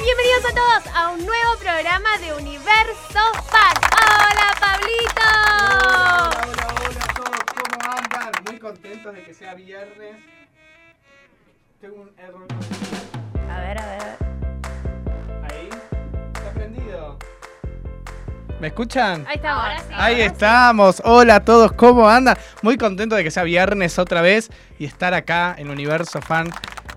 bienvenidos a todos a un nuevo programa de Universo Fan. ¡Hola, Hola, Pablito! hola, hola a todos, ¿cómo andan? Muy contentos de que sea viernes. Tengo un error. A ver, a ver, a ver. Ahí, está prendido. ¿Me escuchan? Ahí estamos. Ahora sí. Ahí estamos. Hola a todos, ¿cómo andan? Muy contento de que sea viernes otra vez y estar acá en Universo Fan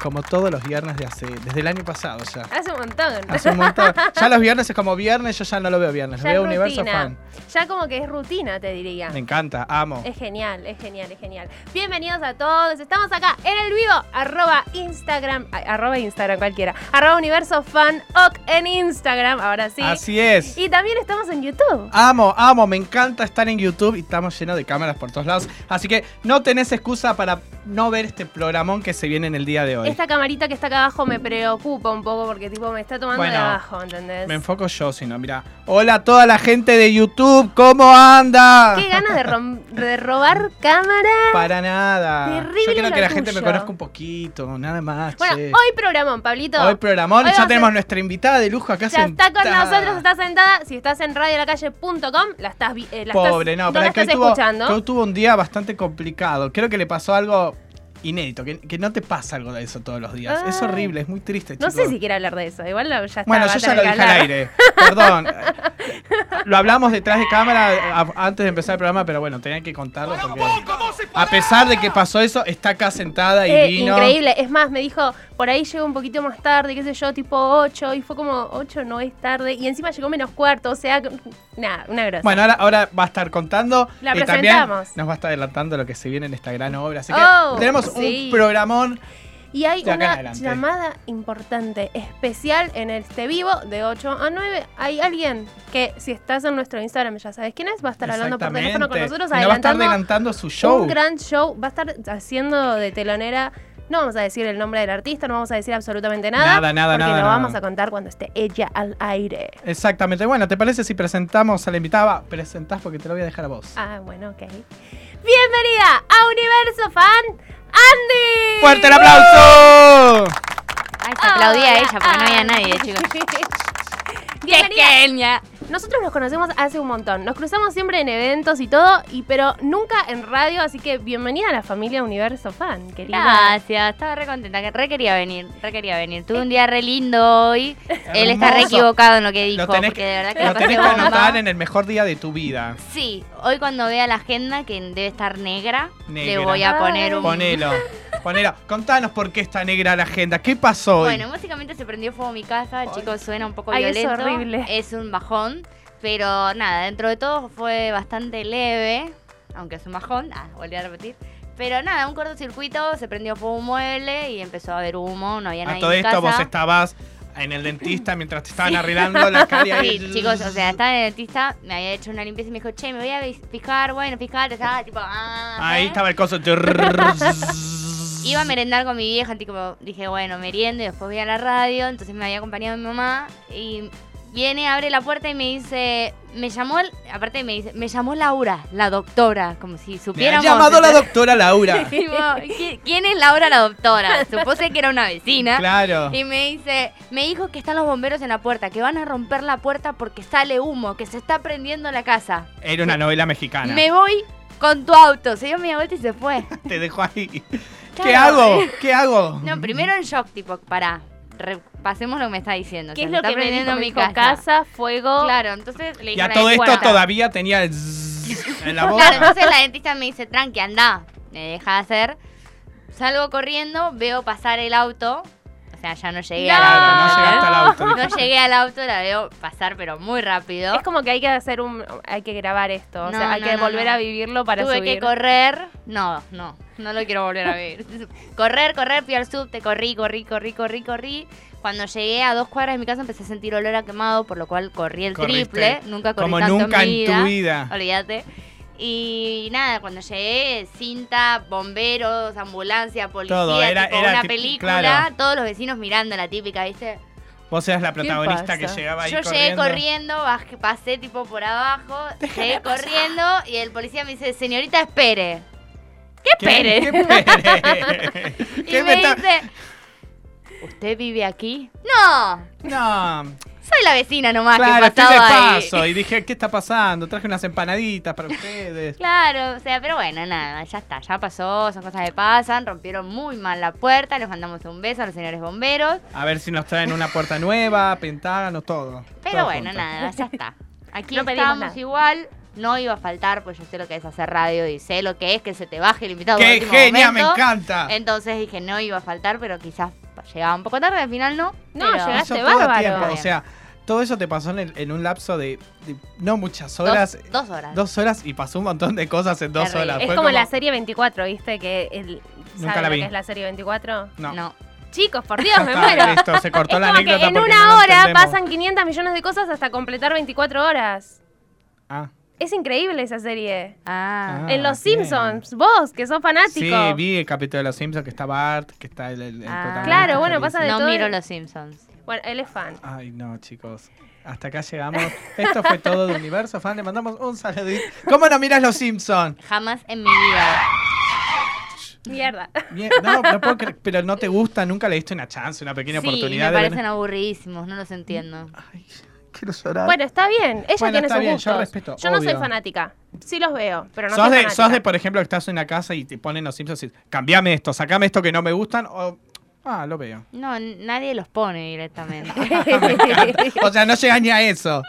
como todos los viernes de hace, desde el año pasado ya. Hace un montón. Hace un montón. Ya los viernes es como viernes, yo ya no lo veo viernes, lo Ya veo es Universo rutina. Fan. Ya como que es rutina, te diría. Me encanta, amo. Es genial, es genial, es genial. Bienvenidos a todos. Estamos acá en el vivo. Arroba Instagram. ay, Arroba Instagram cualquiera. Arroba Universo Fan Oc en Instagram. Ahora sí. Así es. Y también estamos en YouTube. Amo, amo, me encanta estar en YouTube y estamos llenos de cámaras por todos lados. Así que no tenés excusa para no ver este programón que se viene en el día de hoy. Esta camarita que está acá abajo me preocupa un poco porque tipo me está tomando de Bueno, abajo, ¿entendés? Me enfoco yo, si no, mira. Hola a toda la gente de YouTube, ¿cómo anda? Qué ganas de, rom- de robar cámara. Para nada. Terrible yo quiero lo que la gente me tuyo. conozca un poquito, nada más. Bueno, che. hoy programón, Pablito. Hoy programón, hoy va a ya ser- tenemos nuestra invitada de lujo acá ya está con sentada. nosotros, está sentada. Si estás en radiolacalle.com, la estás, vi- eh, la estás- Pobre, no, la para que estás hoy tuvo, escuchando. que hoy tuvo un día bastante complicado. Creo que le pasó algo inédito, que, que no te pasa algo de eso todos los días. Es Ay. horrible, es muy triste. Ah. No chicos. sé si quiere hablar de eso, igual lo- ya está. Bueno, va a yo ya tener lo que dije hablar. al aire, perdón. Eh, Lo hablamos detrás de cámara eh, a- antes de empezar el programa, pero bueno, tenía que contarlo porque a pesar de que pasó eso, está acá sentada y Eh, vino. Increíble, es más, me dijo, por ahí llego un poquito más tarde, qué sé yo, tipo 8, y fue como 8 no es tarde, y encima llegó menos cuarto, o sea, nada, una grosa. Bueno, ahora, ahora va a estar contando La y también presentamos. nos va a estar adelantando lo que se viene en esta gran obra. Así que Oh, tenemos sí. un programón y hay de acá en una adelante. llamada importante, especial en este vivo de 8 a 9. Hay alguien que, si estás en nuestro Instagram, ya sabes quién es, va a estar hablando por teléfono con Exactamente. nosotros, Y nos va a estar adelantando adelantando su show. Un gran show. Va a estar haciendo de telonera. No vamos a decir el nombre del artista, no vamos a decir absolutamente nada. Nada, nada, porque nada, lo nada. vamos a contar cuando esté ella al aire. Exactamente. Bueno, ¿te parece si presentamos a la invitada? Va, Presentás porque te lo voy a dejar a vos. Ah, bueno, ok. Bienvenida a Universo Fan, Andy. ¡Fuerte el aplauso! Ay, se aplaudía a ella porque no Ah. había nadie, chicos. Bienvenida. genia! Nosotros nos conocemos hace un montón. Nos cruzamos siempre en eventos y todo, y pero nunca en radio, así que bienvenida a la familia Universo Fan, querida. Gracias, estaba re contenta, que re quería venir, re quería venir. Tuve un día re lindo hoy. Él está re Hermoso. equivocado en lo que dijo, Lo tenés, porque de verdad que lo la pasé tenés que bomba. anotar en el mejor día de tu vida. Sí, hoy cuando vea la agenda, que debe estar negra, le Negra. voy a poner Ay. un... Ponelo. Ponelo. Contanos por qué está negra la agenda. ¿Qué pasó hoy? Bueno, básicamente se prendió fuego mi casa, el chico suena un poco Ay, es violento. horrible. Es un bajón, pero nada, dentro de todo fue bastante leve, aunque es un bajón, ah, volví a repetir. Pero nada, un cortocircuito, se prendió fuego un mueble y empezó a haber humo, no había nadie a Ah, todo en esto casa. vos estabás en el dentista mientras te estaban arreglando la cara. y ahí- Sí, chicos, o sea, estaba en el dentista, me había hecho una limpieza y me dijo, che, me voy a vis- fijar, bueno, fijar, estaba tipo, ah, Ahí ¿eh? estaba el coso. Iba a merendar con mi vieja, tipo, dije, bueno, meriendo y después voy a la radio, entonces me había acompañado mi mamá y viene, abre la puerta y me dice, me llamó, el- aparte me dice, me llamó Laura, la doctora, como si Me ha supiéramos. llamado la doctora Laura. Tipo, "¿Qui- ¿Quién es Laura la doctora? Supuse que era una vecina. Claro. Y me dice, me dijo que están los bomberos en la puerta, que van a romper la puerta porque sale humo, que se está prendiendo la casa. Era una novela mexicana. Me voy con tu auto. Se dio media vuelta y se fue. Te dejo ahí. ¿Qué Claro. hago? ¿Qué hago? No, primero en shock, tipo, pará. Repasemos lo que me está diciendo. ¿Qué O es sea, lo se está que me dijo? prendiendo Mi mi casa, casa fuego. Claro, entonces le y dije a la todo esto dentista. todavía tenía el zzzz en la Claro, boca. entonces la dentista me dice, tranqui, anda. Me deja hacer. Salgo corriendo, veo pasar el auto. O sea, ya no llegué al Claro, no auto. llegaste al auto. No llegué al auto, la veo pasar, pero muy rápido. Es como que hay que hacer un. Hay que grabar esto. o No, sea, hay no, que no, volver no. a vivirlo para Tuve subir. que correr. No, no, no lo quiero volver a ver. correr, correr, fui al subte, corrí, corrí, corrí, corrí, corrí. Cuando llegué a dos cuadras de mi casa empecé a sentir olor a quemado, por lo cual corrí el Corriste. triple. Nunca corrí Como tanto nunca mi en tu vida. Olvídate. Y nada, cuando llegué, cinta, bomberos, ambulancia, policía, Todo, era- tipo era una tip- película, claro. todos los vecinos mirando la típica, ¿viste? Vos eras la protagonista que pasa? llegaba ahí Yo llegué corriendo, bajé- pasé tipo por abajo, llegué corriendo y el policía me dice, señorita, espere. ¿Qué espere? ¿Qué Pérez? Y ¿Qué me me está- dice, ¿Usted vive aquí? No, No, soy la vecina nomás claro, que estoy de "Ah, pasaba ahí. paso. Y dije, ¿qué está pasando? Traje unas empanaditas para ustedes. Claro, o sea, pero bueno, nada, ya está, ya pasó, son cosas que pasan, rompieron muy mal la puerta, les mandamos un beso a los señores bomberos, A ver si nos traen una puerta nueva, pentágono, todo. pero Todo bueno, junto. nada, ya está. Aquí No pedimos estamos nada. igual, no iba a faltar, pues yo sé lo que es hacer radio y sé lo que es que se te baje el invitado. de ¡Qué último genia! ¡Me momento. encanta! Entonces dije, no iba a faltar, pero quizás llegaba un poco tarde, al final no. No, pero- llegaste Eso todo a bárbaro. tiempo, O sea, todo eso te pasó en, el- en un lapso de, de no muchas dos horas. dos horas. Dos horas y pasó un montón de cosas en dos Terrible. horas. Es Ah, Fue como, la serie 24, ¿viste? Que el, ¿saben Nunca la lo vi. que es la serie 24? No. No. Chicos, por Dios, me Está, muero. listo, se cortó es la como que anécdota en porque una no lo hora entendemos. pasan 500 millones de cosas hasta completar 24 horas. Ah, Es increíble esa serie. Ah. Ah. en Los bien. Simpsons, vos, que sos sí, fanático. vi el capítulo de Los Simpsons que está Bart, que está el, el- el Ah. protagonista Claro, bueno, feliz. pasa de no todo miro el- los Simpsons. Bueno, él es fan. Ay, no, chicos. Hasta acá llegamos. Esto fue todo de Universo Fan. Le mandamos un saludito. ¿Cómo no miras Los Simpsons? Jamás en mi vida. Mierda. Bien, no, no puedo creer, pero no te gusta, nunca le diste una chance, una pequeña sí, oportunidad. me de ver- parecen aburridísimos, no los entiendo. Mm. Ay, quiero llorar. Bueno, está bien. Ella Bueno, tiene está sus bien, yo gustos. respeto, Yo no soy obvio. fanática. Sí los veo, pero no sos, soy de, fanática. sos de, por ejemplo, que estás en una casa y te ponen los Simpsons y cambiame esto, sacame esto que no me gustan o... Ah, lo veo. No, n- nadie los pone directamente. O sea, no llegas ni a eso.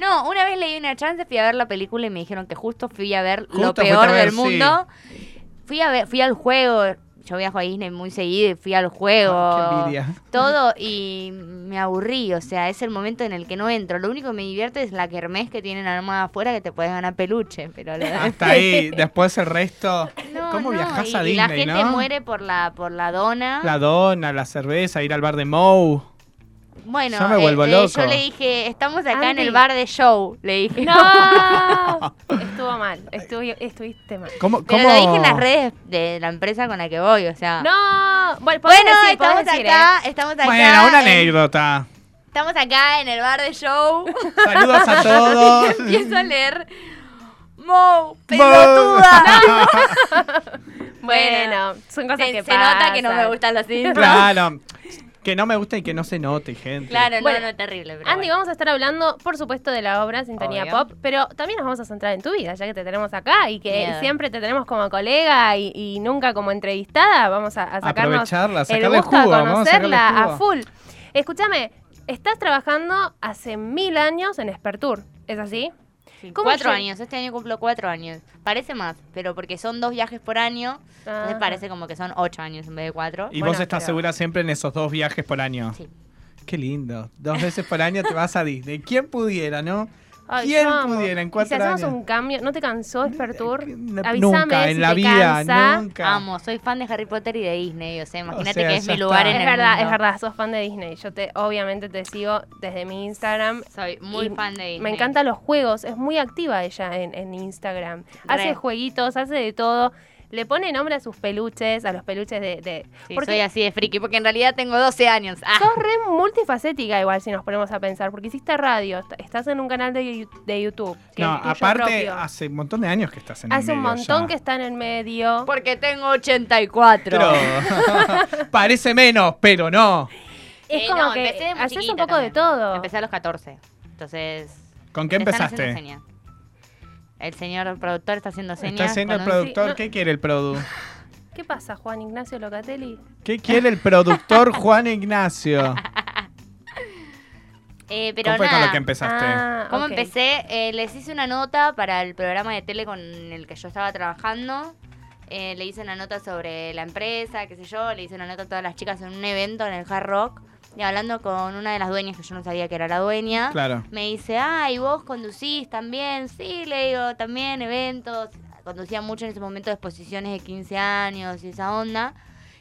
no, una vez leí una chance, fui a ver la película y me dijeron que justo fui a ver Justo lo fuiste peor a ver, del sí. mundo. Fui a ver, fui al juego. Yo viajo a Disney muy seguido y fui al juego. Ah, qué envidia. Todo y me aburrí, o sea, es el momento en el que no entro. Lo único que me divierte es la kermés que tienen armada afuera que te puedes ganar peluche, pero lo- Hasta ahí, después el resto. No, ¿Cómo no, viajás y- a y la Disney, gente no? muere por la por la dona. La dona, la cerveza, ir al bar de Moe. Bueno, este, Ya me vuelvo loco. yo le dije, estamos acá en Andy. el bar de show, le dije. ¡No! Estuvo mal. Estuvi- estuviste mal. ¿Cómo, Pero cómo- lo dije en las redes de la empresa con la que voy, o sea. ¡No! Bueno, podés Ah. Bueno, decir, podés estamos decir, ¿eh? acá, estamos acá. Bueno, una en- anécdota. Estamos acá en el bar de show. Saludos a todos. Empiezo a leer. Mo, pelotuda. eh? Bueno, son cosas se que se nota que no me pasan. gustan los Simpsons. claro. Que no me gusta y que no se note, gente. Claro, no, Bueno, no, terrible. pero Andy, bueno. vamos a estar hablando, por supuesto, de la obra Sintonía Obvio. Pop, pero también nos vamos a centrar en tu vida, ya que te tenemos acá y que Miedo. siempre te tenemos como colega y, y nunca como entrevistada. Vamos a, a sacarnos Aprovecharla, el sacarle gusto jugo, a vamos a conocerla sacarle a, jugo. full. Escúchame, estás trabajando hace mil años en Espertur, ¿es así? Sí, ¿cómo cuatro lleg- años, este año cumplo cuatro años. Parece más, pero porque son dos viajes por año, entonces Ajá. parece como que son ocho años en vez de cuatro. Y Bueno, vos estás pero- segura siempre en esos dos viajes por año. Sí. Qué lindo. Dos veces por año te vas a Disney. ¿Quién pudiera, no? Ay, ¿Quién yo amo. pudiera en Y Si cuatro hacemos años? un cambio, ¿no te cansó Espertur? No, Avísame nunca, si en la te vida, cansa. nunca. Amo, soy fan de Harry Potter y de Disney, o sea, imagínate sea, que es ya mi lugar está. en Es el verdad, mundo. es verdad, sos fan de Disney. Yo te, obviamente te sigo desde mi Instagram. Soy muy Y fan de Disney. Me encantan los juegos, es muy activa ella en, en Instagram. Hace Re. jueguitos, hace de todo. Le pone nombre a sus peluches, a los peluches de... de- Sí, porque soy así de friki, porque en realidad tengo 12 años. Ah. sos re multifacética igual si nos ponemos a pensar, porque hiciste radio, est- estás en un canal de, Yu- de YouTube. que No, es tuyo aparte, propio. hace un montón de años que estás en el Hace un medio montón ya. que está en el medio. Porque tengo 84. Pero- Parece menos, pero no. Es Eh, como no, que empecé de muy haces un chiquita poco de también. todo. Empecé a los 14. Entonces. ¿Con qué me están haciendo empezaste? señas. El señor productor está haciendo señas. Está siendo el cuando- Sí, productor. no- ¿Qué quiere el produ? ¿Qué pasa, Juan Ignacio Locatelli? ¿Qué quiere el productor Juan Ignacio? Eh, pero ¿Cómo fue con nada. lo que empezaste? Ah, ¿Cómo ok. empecé? Eh, les hice una nota para el programa de tele con el que yo estaba trabajando. Eh, le hice una nota sobre la empresa, qué sé yo. Le hice una nota a todas las chicas en un evento en el Hard Rock. Y hablando con una de las dueñas, que yo no sabía que era la dueña, Claro. me dice, ay, vos conducís también. Sí, le digo, también eventos. Conducía mucho en ese momento exposiciones de 15 años y esa onda.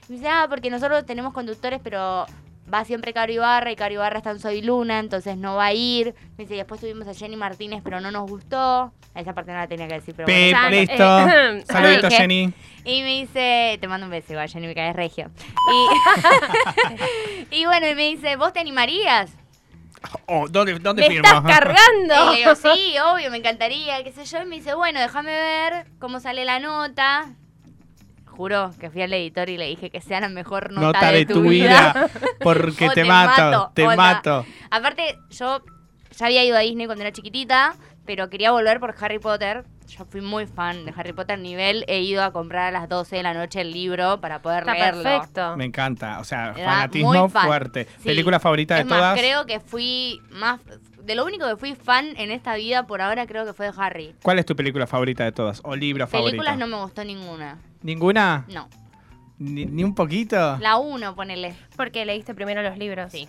Y me dice, ah, porque nosotros tenemos conductores, pero va siempre Caro Ibarra y Caro Ibarra está en Soy Luna, entonces no va a ir. Me dice, después tuvimos a Jenny Martínez, pero no nos gustó. Esa parte no la tenía que decir, pero Pip, bueno. Pe- eh, listo. Saludito, ¿qué? Jenny. Y me dice, te mando un beso igual, Jenny, me caes regio. Y, y bueno, y me dice, ¿vos te animarías? Oh, ¿Dónde, dónde ¡Me firmo? estás cargando! Y le digo, Eh, sí, obvio, me encantaría, qué sé yo. Y me dice, bueno, déjame ver cómo sale la nota. juro que fui al editor y le dije que sea la mejor nota, Nota de tu vida. Porque O te te mato, mato, te o la- mato. Aparte, yo ya había ido a Disney cuando era chiquitita, pero quería volver por Harry Potter. Yo fui muy fan de Harry Potter nivel. He ido a comprar a las 12 de la noche el libro para poder Está leerlo. perfecto. Me encanta. O sea, Era fanatismo muy fan. fuerte. Sí. Película favorita de es más, todas. creo que fui más... De lo único que fui fan en esta vida por ahora creo que fue de Harry. ¿Cuál es tu película favorita de todas? ¿O libro favorito? Películas no me gustó ninguna. ¿Ninguna? No. ¿Ni, ni un poquito? La 1, ponele. Porque leíste primero los libros. Sí.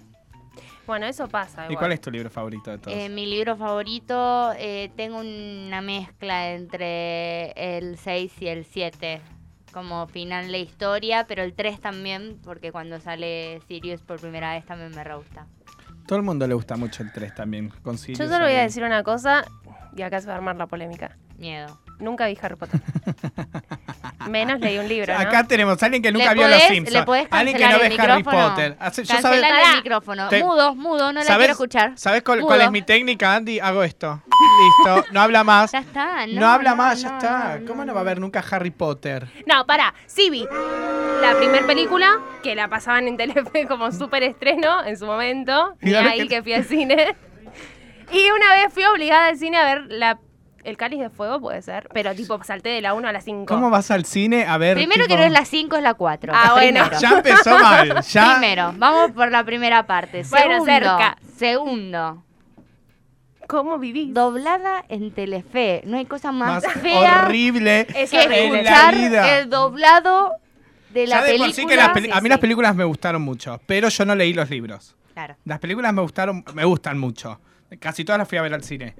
Bueno, eso pasa. ¿Y igual. cuál es tu libro favorito de todos? Eh, mi libro favorito, eh, tengo una mezcla entre el 6 y el 7 como final de historia, pero el 3 también, porque cuando sale Sirius por primera vez también me re gusta. Todo el mundo le gusta mucho el 3 también. con Sirius Yo solo voy a Sam. decir una cosa y acá se va a armar la polémica. Miedo. Nunca vi Harry Potter. Menos leí un libro. ¿no? Acá tenemos a alguien que nunca ¿Le vio podés- Los ¿Le Simpsons. podés Alguien cancelar que no el ve Harry micrófono? Potter. Así- yo Cancelar sabe- Pará. el micrófono. Te- Mudo, mudo, no la ¿Sabes- quiero escuchar. ¿Sabes cuál, Mudo. cuál es mi técnica, Andy? Hago esto. Listo. No habla más. Ya está. No, no, habla no, más, ya no, está. no, ¿Cómo no no. va a haber nunca Harry Potter? No, pará. Sí vi la primera película que la pasaban en Telefe como súper estreno en su momento. Y Y ahora ahí que- que fui al cine. Y una vez fui obligada al cine a ver la... El cáliz de fuego puede ser, pero tipo salté de la 1 a la 5. ¿Cómo vas al cine a ver? Primero tipo- que no es la 5, es la 4. Ah, bueno. Ya empezó mal. Ya. Primero, vamos por la primera parte. Bueno, Segundo, cerca. segundo, ¿Cómo vivís? doblada en Telefe. No hay cosa más, Más fea horrible. Es que horrible. escuchar En la vida. el doblado de la Ya de película. por sí que las peli- sí, a mí sí. las películas me gustaron mucho, pero yo no leí los libros. Claro. Las películas me gustaron, me gustan mucho. Casi todas las fui a ver al cine.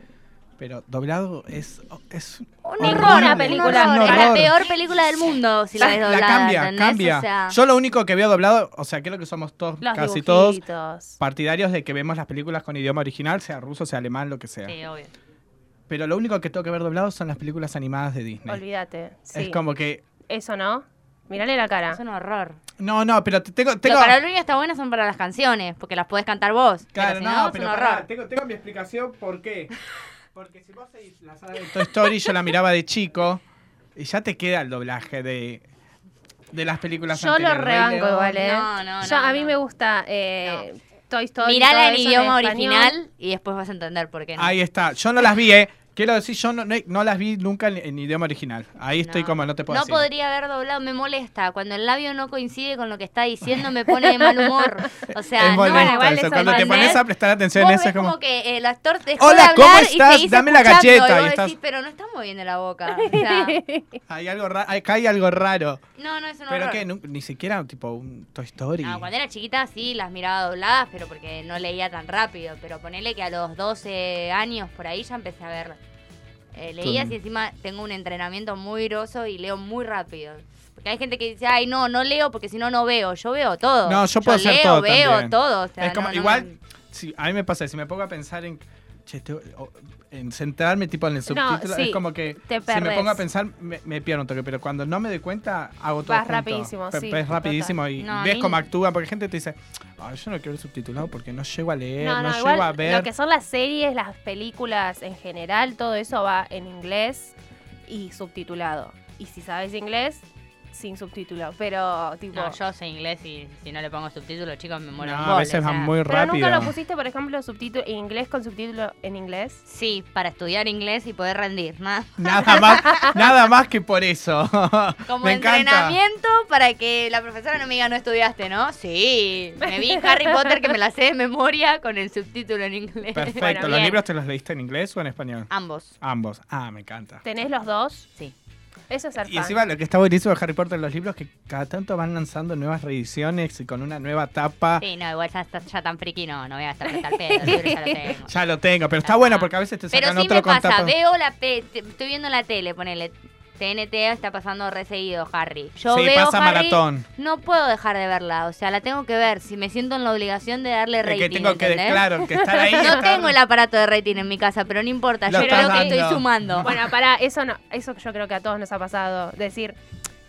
Pero doblado es. es Un horrible. horror la la película. Es un Es la horror. peor película del mundo si la ves La doblada. cambia, ¿entendés? cambia. O sea, Yo lo único que veo doblado, o sea, creo que somos todos, Los casi todos, dibujitos. partidarios de que vemos las películas con idioma original, sea ruso, sea alemán, lo que sea. Sí, obvio. Pero lo único que tengo que ver doblado son las películas animadas de Disney. Olvídate. Sí. Es como que. Eso no. Mirale la cara. Es un horror. No, no, pero te- tengo. tengo Lo para lo único que está bueno son para las canciones, porque las puedes cantar vos. Claro, pero si no, no, es pero un pará, horror. tengo, tengo mi explicación por qué. Porque si vos seguís la saga de Toy Story, yo la miraba de chico, y ya te queda el doblaje de, de las películas Yo lo anteriores. Rey rebanco León. igual, ¿eh? No, no, Yo- no, a mí no. me gusta eh, Toy Story. todo Mirala en eso idioma español. original y después vas a entender por qué no. Ahí está. Yo no las vi, ¿eh? Quiero decir, yo no, no- no las vi nunca en, en idioma original. Ahí estoy como, no te puedo No decir. podría haber doblado, me molesta. Cuando el labio no coincide con lo que está diciendo, me pone de mal humor. O sea, es no, molesto igual eso. eso Cuando te igual, pones ¿eh? a prestar atención Vos en eso, ves es como... como que el actor te dejó Hola, de hablar ¿cómo y estás? te dice Dame la escuchando, galleta, Y y vos estás- decís, pero no estás moviendo la boca. O sea, Hay algo raro, acá hay algo raro. no, Ah, no es un Pero horror. que nu- ni siquiera tipo un Toy Story. No, cuando era chiquita sí, las miraba dobladas, pero porque no leía tan rápido. Pero ponele que a los 12 años por ahí ya empecé a ver. eh, leías Tú- y encima tengo un entrenamiento muy groso y leo muy rápido. Porque hay gente que dice, ay, no, no leo porque si no, no veo. Yo veo todo. No, yo puedo hacer leo, todo veo también. todo. o sea, es como, no, no igual, me- si- a mí me pasa, si me pongo a pensar en, che, tengo- o- en centrarme tipo en el subtítulo, sí, es como que te si me perdés. pongo a pensar me, me pierdo un toque, pero cuando no me doy cuenta hago todo Vas junto. rapidísimo, Pe- sí, pe- Es rapidísimo y No, a ves mí- cómo actúa, porque gente te dice, "Ah, yo no quiero el subtitulado porque no llego a leer, No, no, no, llego Eh, a igual ver. lo que son las series, las películas en general, todo eso va en inglés y subtitulado. Y si sabes inglés, sin subtítulo. Pero, tipo. No, yo sé inglés y si no le pongo subtítulos, chicos, me muero. No, de a embole, veces o van sea. muy pero rápido. nunca lo pusiste, por ejemplo, subtítulo en inglés con subtítulo en inglés. Sí, para estudiar inglés y poder rendir, ¿no? Nada más, nada más que por eso. Como me encanta. entrenamiento para que la profesora no me diga no estudiaste, ¿no? Sí, me vi Harry Potter que me la sé de memoria con el subtítulo en inglés. Perfecto, Bueno, ¿los bien. libros te los leíste en inglés o en español? Ambos, Ambos. Ah, me encanta. ¿Tenés los dos? sí. Eso es ser Y fan. encima lo que está buenísimo de Harry Potter en los libros es que cada tanto van lanzando nuevas reediciones y con una nueva tapa. Sí, no, igual ya, está- ya tan friki no, no voy a estar tan pedo, el libro ya lo tengo. Ya lo tengo, pero está bueno porque a veces te Pero sacan sí otro me con pasa, tapa. veo la pe- te- estoy viendo la tele, ponele TNT está pasando re seguido Harry. Yo Sí, veo pasa Harry, maratón. No puedo dejar de verla, o sea, la tengo que ver, si me siento en la obligación de darle El rating, que tengo que, ¿entendés? claro, el que estar ahí. No estar- tengo el aparato de rating en mi casa, pero no importa, Lo yo creo estás que estoy dando. sumando. Bueno, para eso no, eso yo creo que a todos nos ha pasado. Decir,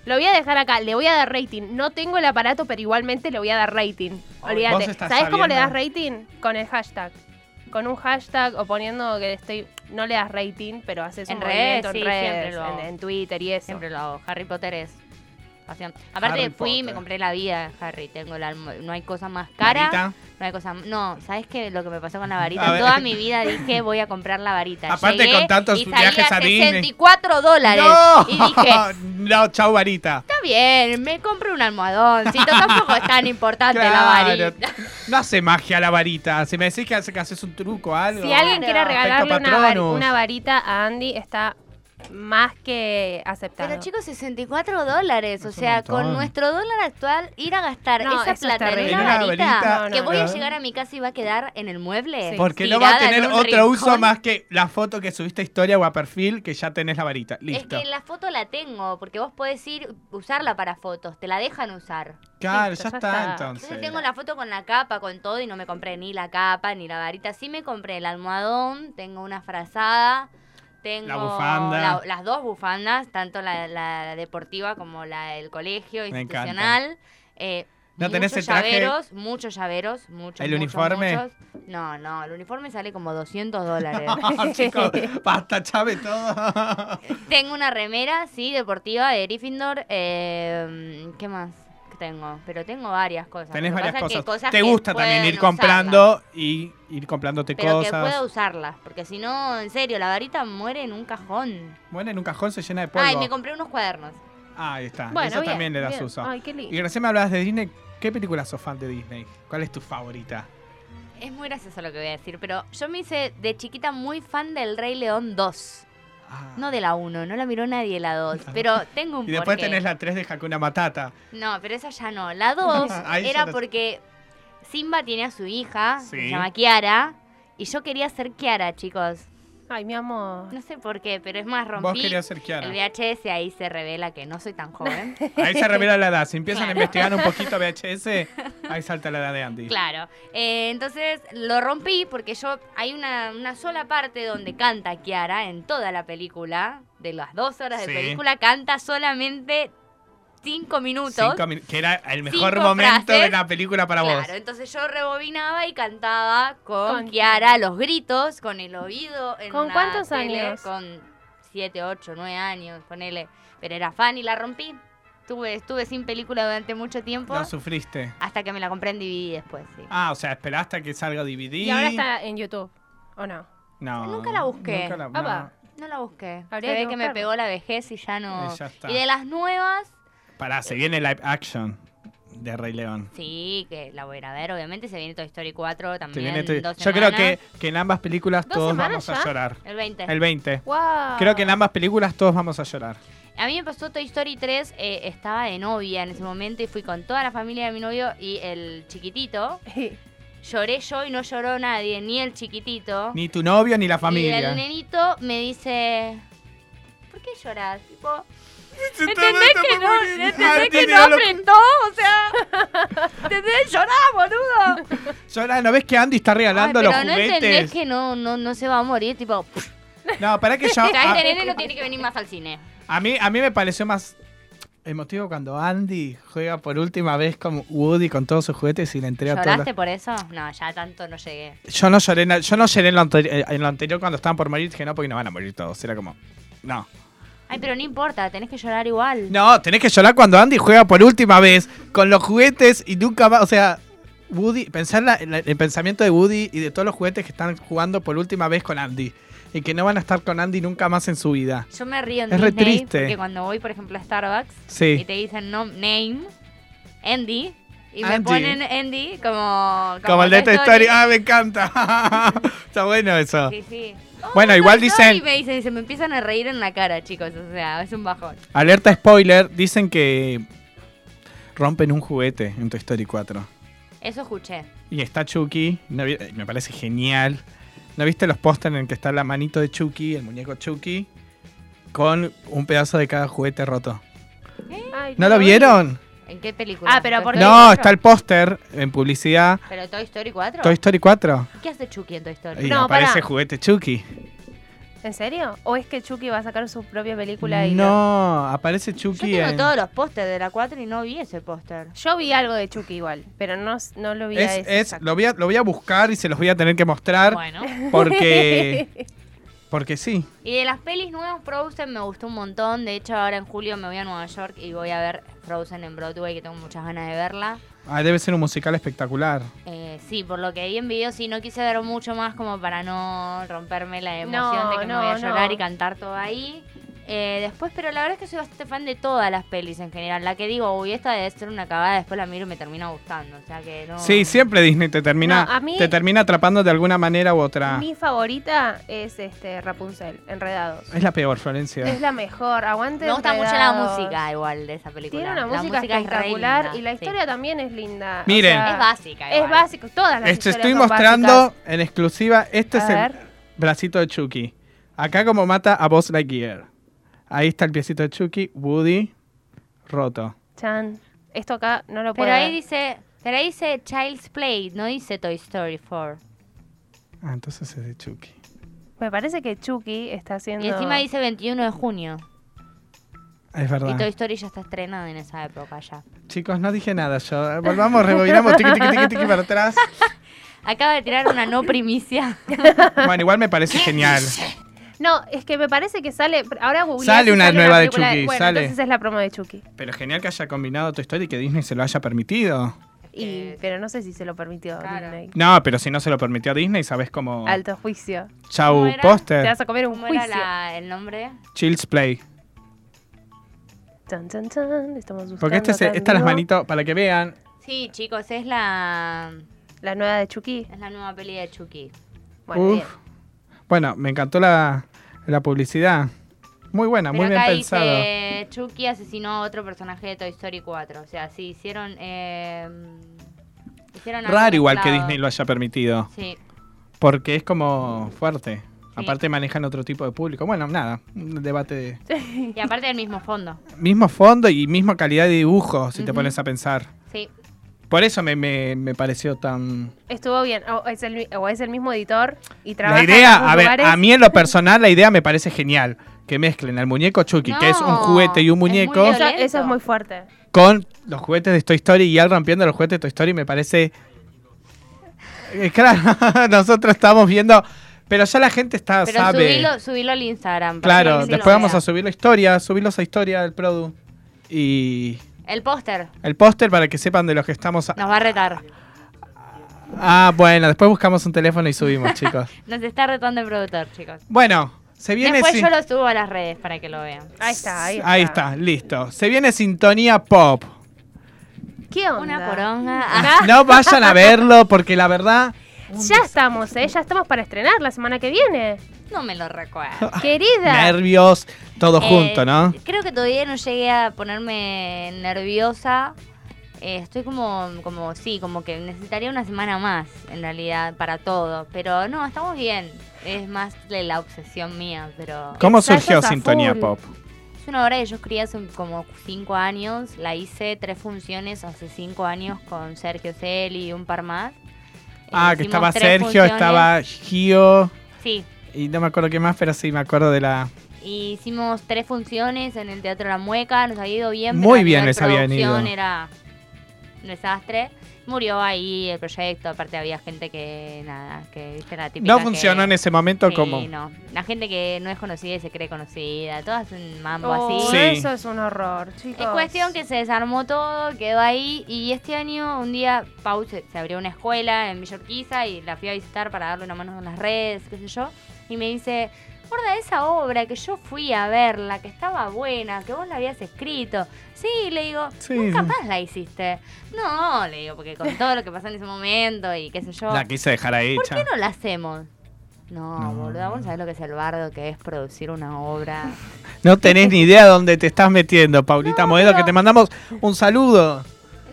lo voy a dejar acá, le voy a dar rating. No tengo el aparato, pero igualmente le voy a dar rating. Ay, Olvídate. vos ¿Sabés estás cómo le das sabiendo. rating? Con el hashtag. Con un hashtag o poniendo que estoy no le das rating, pero haces En un redes, movimiento sí, en redes, siempre lo en, hago. en Twitter y eso. Siempre lo hago. Harry Potter es pasión. Aparte Harry fui y me Potter. compré la vida, Harry. Tengo el alma- no hay cosa más cara. Varita. No hay cosa No, ¿sabes qué? Lo que me pasó con la varita. A ver. Toda mi vida dije, voy a comprar la varita. Aparte Llegué con tantos y salía viajes a Disney. 64 dólares. Y dije, está no, chau varita. bien, me compro un almohadoncito. Tampoco es tan importante la Claro. varita. No hace magia la varita. Si me decís que, hace, que haces un truco, algo. Si alguien quiere Claro. regalarle Perfecto, una, vari- Patronus. una varita a Andy, está más que aceptado. Pero chicos, 64 dólares. O Es un sea, con montón. nuestro dólar actual, ir a gastar No, esa eso es plata terrible. en En una una varita, velita, que no, voy a no. llegar a mi casa y va a quedar en el mueble. Sí. Porque no va a tirada en tener un otro uso rincón. más que la foto que subiste a historia o a perfil que ya tenés la varita. Listo. Es que la foto la tengo, porque vos podés ir, usarla para fotos, te la dejan usar. Claro, Listo, ya, ya está, está. entonces. Entonces tengo la foto con la capa, con todo, y no me compré ni la capa, ni la varita. Sí me compré el almohadón, tengo una frazada, tengo La bufanda. la- las dos bufandas, tanto la, la deportiva como la del colegio encanta. institucional. Eh, ¿No tenés muchos el traje? llaveros, muchos llaveros, muchos. ¿El muchos, uniforme? muchos. No, no, el uniforme sale como 200 dólares. No, Ah, chicos, basta, chave todo. Tengo una remera, sí, deportiva de Gryffindor. eh, ¿Qué más tengo? Pero tengo varias cosas. Tenés Lo que varias pasa es que cosas. que Te gusta también pueden ir usarlas, comprando y ir comprándote pero que cosas. pueda usarlas, porque si no, en serio, la varita muere en un cajón. Bueno, en un cajón se llena de polvo. Ay, me compré unos cuadernos. Ah, ahí está. Bueno, Eso bien, también le das bien. uso. Ay, qué lindo. Y recién me hablabas de Disney. ¿Qué película sos fan de Disney? ¿Cuál es tu favorita? Es muy gracioso lo que voy a decir, pero yo me hice de chiquita muy fan del Rey León 2. Ah. No de la 1, no la miró nadie la 2, pero tengo un y después porqué. tenés la 3 de Hakuna Matata. No, pero esa ya no. La 2 Ahí ya era no- porque Simba tiene a su hija, que se Sí. llama Kiara, y yo quería ser Kiara, chicos. Ay, mi amor. No sé por qué, pero es más, Vos rompí querías ser el Kiara. VHS, ahí se revela que no soy tan joven. Ahí se revela la edad. Si empiezan Claro. a investigar un poquito VHS, ahí salta la edad de Andy. claro. Eh, entonces lo rompí porque yo hay una, una sola parte donde canta Kiara en toda la película, de las dos horas de Sí. película, canta solamente cinco minutos. Cinco minu- que era el mejor Cinco momento de frases. la película para claro, vos. entonces yo rebobinaba y cantaba con, Con Kiara los gritos, con el oído. En ¿Con la cuántos tele, años? Con 7, 8, 9 años, ponele. Pero era fan y la rompí. Estuve, estuve sin película durante mucho tiempo. Lo sufriste. hasta que me la compré en DVD después, sí. Ah, o sea, esperaste a que salga DVD. Y ahora está en YouTube, ¿o no? No. Nunca la busqué. Nunca la- Ah, va. No la busqué. Habría Se que ve que me buscarla. pegó la vejez y ya no. Eh, ya está. y de las nuevas, no. Pará, se viene live action de Rey León. sí, que la voy a ir a ver, obviamente. Se viene Toy Story 4 también. Se viene tu- dos Yo creo que, semanas. que en ambas películas ¿Dos todos semanas vamos a ya? llorar. El 20. El 20. ¡Wow! Creo que en ambas películas todos vamos a llorar. A mí me pasó Toy Story 3, eh, estaba de novia en ese momento y fui con toda la familia de mi novio y el chiquitito. Lloré yo y no lloró nadie, ni el chiquitito. Ni tu novio ni la Y el familia. nenito me dice, ¿por qué lloras? Tipo, ¿entendés ¿Entendés que no, Ah, ¿entendés que no apretó? O sea, ¿entendés? Llorá, boludo. Llora, ah, ¿no ves que Andy está regalando Ay, los pero no entendés juguetes? que no, no, no se va a morir, tipo, No, para que ya. o sea, a- este nene no tiene que venir más al cine. A mí, a mí me pareció más emotivo cuando Andy juega por última vez con Woody con todos sus juguetes y le entrega todo. ¿Lloraste por eso? No, ya tanto no llegué. Yo no lloré, na- yo no lloré en, lo anteri- eh, en lo anterior cuando estaban por morir, dije no, porque no van a morir todos. Era como, no. Ay, pero no importa, tenés que llorar igual. No, tenés que llorar cuando Andy juega por última vez con los juguetes y nunca va. O sea, Woody, pensar la- la- el pensamiento de Woody y de todos los juguetes que están jugando por última vez con Andy. Y que no van a estar con Andy nunca más en su vida. Yo me río en Es re Disney triste. porque cuando voy, por ejemplo, a Starbucks y Sí. te dicen no, name, Andy, y me Andy. ponen Andy como... Como el de esta Toy historia. Ah, me encanta. Está bueno eso. Sí, sí. Bueno, igual Toy Story, dicen, me dicen, se me empiezan a reír en la cara, chicos, o sea, es un bajón. alerta spoiler, dicen que rompen un juguete en Toy Story 4. Eso escuché. Y está Chucky, no vi- eh, me parece genial. ¿No viste los pósters en el que está la manito de Chucky, el muñeco Chucky, con un pedazo de cada juguete roto? Ay, ¿No lo vi. vieron? ¿En qué película? Ah, pero ¿Toy ¿por qué? Story No, 4? está el póster en publicidad. ¿Pero Toy Story 4? Toy Story 4. ¿Qué hace Chucky en Toy Story? Y No, aparece pará. juguete Chucky. ¿En serio? ¿O es que Chucky va a sacar su propia película? Y lo- No, aparece Yo Chucky tengo en- todos los pósters de la 4 y no vi ese póster. Yo vi algo de Chucky igual, pero no, no lo vi a Es, ese es- exacto. lo, voy a, lo voy a buscar y se los voy a tener que mostrar Bueno. porque Porque sí. Y de las pelis nuevas, Frozen me gustó un montón. De hecho, ahora en julio me voy a Nueva York y voy a ver Frozen en Broadway, que tengo muchas ganas de verla. Ah, debe ser un musical espectacular. Eh, sí, por lo que vi en video, sí, no quise ver mucho más como para no romperme la emoción No, de que no, me voy a llorar no. y cantar todo ahí. Eh, después, pero la verdad es que soy bastante fan de todas las pelis en general. La que digo, uy, esta debe ser una cagada, después la miro y me termina gustando. O sea que no. Sí, siempre Disney te termina, No, a mí- te termina atrapando de alguna manera u otra. Mi favorita es este Rapunzel, Enredados. Es la peor, Florencia. Este, Es la mejor, aguante. Me gusta mucho la Enredados. música igual de esa película. Tiene una La música, es re espectacular linda, y la sí. historia también es linda. Miren. es básica. Es igual. básico, todas las Este, historias estoy son mostrando básicas. en exclusiva. Este A es el ver. bracito de Chucky. Acá como mata a Boss Lightyear. Ahí está el piecito de Chucky, Woody, roto. Chan. Esto acá no lo puedo Pero ahí ver. dice, pero ahí dice Child's Play, no dice Toy Story 4. Ah, entonces es de Chucky. Me parece que Chucky está haciendo. Y encima dice 21 de junio. Es Y Toy verdad. Story ya está estrenada en esa época ya. Chicos, no dije nada yo. Volvamos, rebobinamos, tiqui, tiqui, tiqui, tiqui para atrás. Acaba de tirar una no primicia. Bueno, igual me parece genial. No, es que me parece que sale. Ahora googleás Sale y una nueva la de película Chucky, Bueno, sale. entonces es la promo de Chucky. Pero genial que haya combinado tu historia y que Disney se lo haya permitido. Y, Eh, pero no sé si se lo permitió claro. Disney. No, pero si no se lo permitió a Disney, sabes cómo. Alto juicio. Chau, ¿Cómo era? Te póster. vas a comer un ¿Cómo era juicio. la- el nombre? Chills Play. Chan, chan, chan. Estamos buscando. Porque este, se- acá en esta las vivo. manitos, para que vean, Sí, chicos, es la La nueva de Chucky. es la nueva peli de Chucky. Bueno, Uf. bien. Bueno, me encantó la, la publicidad. Muy buena, muy Pero bien acá pensado. dice Chucky asesinó a otro personaje de Toy Story 4. O sea, sí hicieron eh, hicieron algo Raro igual que mezclado. Disney lo haya permitido, Sí. porque es como fuerte. Sí. Aparte manejan otro tipo de público. Bueno, nada, un debate de... Y aparte del mismo fondo. Mismo fondo y misma calidad de dibujo, si te Ujú. pones a pensar. Sí. Por eso me, me- me pareció tan... Estuvo bien. O es, el, mi- o es el mismo editor y trabaja La en los idea, a ver, lugares. a mí en lo personal la idea me parece genial. Que mezclen al muñeco Chucky, que es un No, juguete y un es muy muñeco, Eso, Violento. eso es muy fuerte. con los juguetes de Toy Story y él rompiendo los juguetes de Toy Story me parece... Eh, Claro, nosotros estamos viendo... Pero ya la gente está, Pero sabe. subilo, subilo al Instagram. para claro, que se lo después vamos vea. a subir la historia, subirlos a historia del Produ. Y El póster el póster para que sepan de los que estamos... a- nos va a retar. Ah, bueno, después buscamos un teléfono y subimos, chicos. Nos está retando el productor, chicos. Bueno, se viene... Después sin- yo lo subo a las redes para que lo vean. Ahí está, ahí está. Ahí está, listo. Se viene sintonía pop. ¿Qué onda? Una poronga. Ah, No vayan a verlo porque la verdad... Ya estamos, ¿eh? Ya estamos para estrenar la semana que viene. no me lo recuerdo. Ah, Querida. Nervios, todo Eh, junto, ¿no? Creo que todavía no llegué a ponerme nerviosa. Eh, estoy como, como, sí, como que necesitaría una semana más, en realidad, para todo. Pero no, estamos bien. Es más de la obsesión mía, pero... ¿Cómo Ensayos surgió a Sintonía full. Pop? Es una obra que yo escribí hace como cinco años. La hice tres funciones hace cinco años con Sergio Celi y un par más. Eh, Ah, que hicimos estaba tres Sergio, funciones. estaba Gio Sí. y no me acuerdo qué más, pero sí me acuerdo de la... y hicimos tres funciones en el Teatro La Mueca. Nos había ido bien. Muy pero a bien nivel les había producción ido. Era un desastre. Murió ahí el proyecto. Aparte había gente que, nada, que viste la típica. No funcionó en ese momento Sí, como... no. La gente que no es conocida y se cree conocida. Todas un mambo así. Oh, Sí. Eso es un horror, chicos. Es cuestión que se desarmó todo, quedó ahí y este año un día Pau se, se abrió una escuela en Villorquiza y la fui a visitar para darle una mano en las redes, qué sé yo, y me dice, gorda, esa obra que yo fui a verla, que estaba buena, que vos la habías escrito. Sí, le digo, Sí, nunca sí. más la hiciste. No, le digo, porque con todo lo que pasó en ese momento y qué sé yo, La quise dejar ahí, ¿por cha. qué no la hacemos? No, No. boludo, vos no sabés lo que es el bardo, que es producir una obra. No tenés ni idea dónde te estás metiendo, Paulita No, Moedo, pero- que te mandamos un saludo.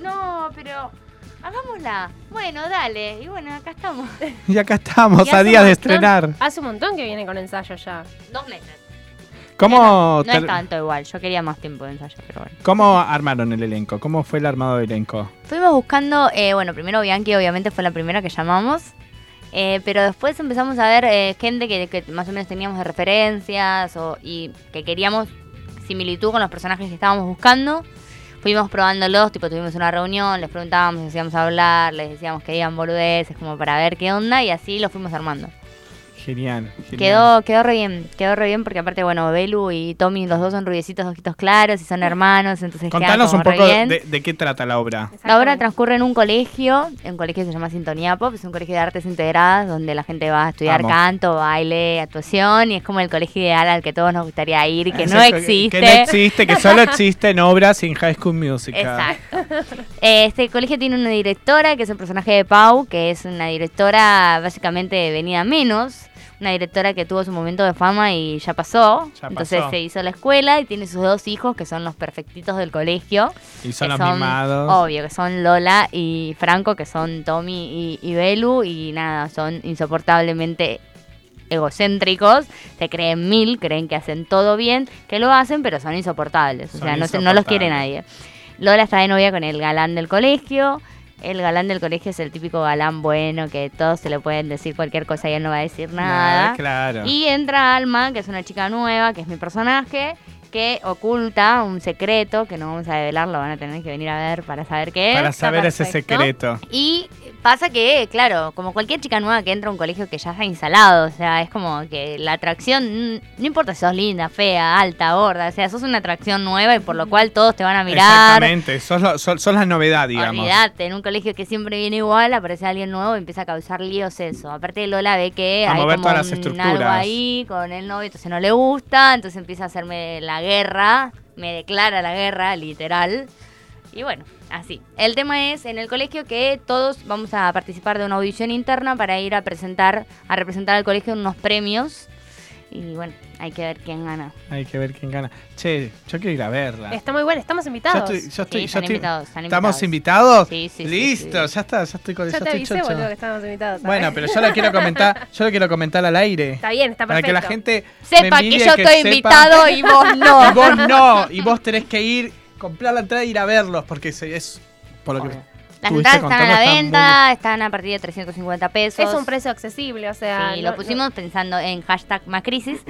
No, pero hagámosla. Bueno, dale. Y bueno, acá estamos. Y acá estamos, Y a hace días un montón- de estrenar. Hace un montón que viene con ensayo ya. Dos meses. ¿Cómo, No ter- es tanto igual. Yo quería más tiempo de ensayo, pero bueno. ¿Cómo armaron el elenco? ¿Cómo fue el armado del elenco? Fuimos buscando, eh, bueno, primero Bianchi obviamente fue la primera que llamamos. eh, pero después empezamos a ver eh, gente que, que más o menos teníamos de referencias o, y que queríamos similitud con los personajes que estábamos buscando. Fuimos probándolos, tipo tuvimos una reunión, les preguntábamos, les hacíamos hablar, les decíamos que digan boludeces, como para ver qué onda y así lo fuimos armando. Genial. genial. Quedó, quedó re bien, quedó re bien porque aparte, bueno, Belu y Tommy, los dos son rubiecitos, de ojitos claros y son hermanos, entonces queda Contanos como un re poco bien. de, de qué trata la obra. La obra transcurre en un colegio, en un colegio que se llama Sintonía Pop, es un colegio de artes integradas donde la gente va a estudiar Amo. canto, baile, actuación y es como el colegio ideal al que todos nos gustaría ir y que no Exacto, existe. Que, no existe, que solo existen obras en High School Musical. Exacto. Eh, Este colegio tiene una directora que es el personaje de Pau, que es una directora básicamente de venida menos, una directora que tuvo su momento de fama y ya pasó. Ya Entonces pasó. se hizo la escuela y tiene sus dos hijos que son los perfectitos del colegio. Y son que los mimados. Obvio, que son Lola y Franco, que son Tommy y, y Belu, y nada, son insoportablemente egocéntricos, se creen mil, creen que hacen todo bien, que lo hacen, pero son insoportables, o Son sea, no, se- no los quiere nadie. insoportables. Lola está de novia con el galán del colegio, el galán del colegio es el típico galán bueno, que todos se le pueden decir cualquier cosa y él no va a decir nada. claro. Y entra Alma, que es una chica nueva, que es mi personaje, que oculta un secreto que no vamos a develar, lo van a tener que venir a ver para saber qué es. Para está saber ese perfecto. secreto. Y pasa que, claro, como cualquier chica nueva que entra a un colegio que ya está instalado, o sea, es como que la atracción, mm, no importa si sos linda, fea, alta, gorda, o sea, sos una atracción nueva y por lo cual todos te van a mirar. Exactamente, son, lo- son- son las novedades, digamos. Olvídate, en un colegio que siempre viene igual, aparece alguien nuevo y empieza a causar líos eso. Aparte Lola ve que A hay mover como todas las un estructuras. algo ahí con el novio, entonces no le gusta, entonces empieza a hacerme la guerra, me declara la guerra, literal. Y bueno, así. El tema es en el colegio que todos vamos a participar de una audición interna para ir a presentar, a representar al colegio en unos premios. Y bueno, hay que ver quién gana. Hay que ver quién gana. Che, yo quiero ir a verla. Está muy bueno, estamos Yo invitados. estoy, yo estoy, Sí, yo están estoy- invitados, están ¿Estamos invitados? invitados. Sí, sí, sí, Listo, sí. ya está, ya estoy con Ya ya te estoy avisé, chocho. boludo, que estábamos invitados. Bueno, pero yo lo quiero comentar, yo lo quiero comentar al aire. Está bien, está para perfecto. que la gente me Sepa que envidie, yo estoy sepa- invitado y vos no. Y vos no, y vos tenés que ir, comprar la entrada e ir a verlos, porque se- es por lo que Las estuviste entradas están a la contando, venta, están a partir de 350 pesos. Es un precio accesible, o sea. Sí, no- lo pusimos pensando en hashtag Macrisis.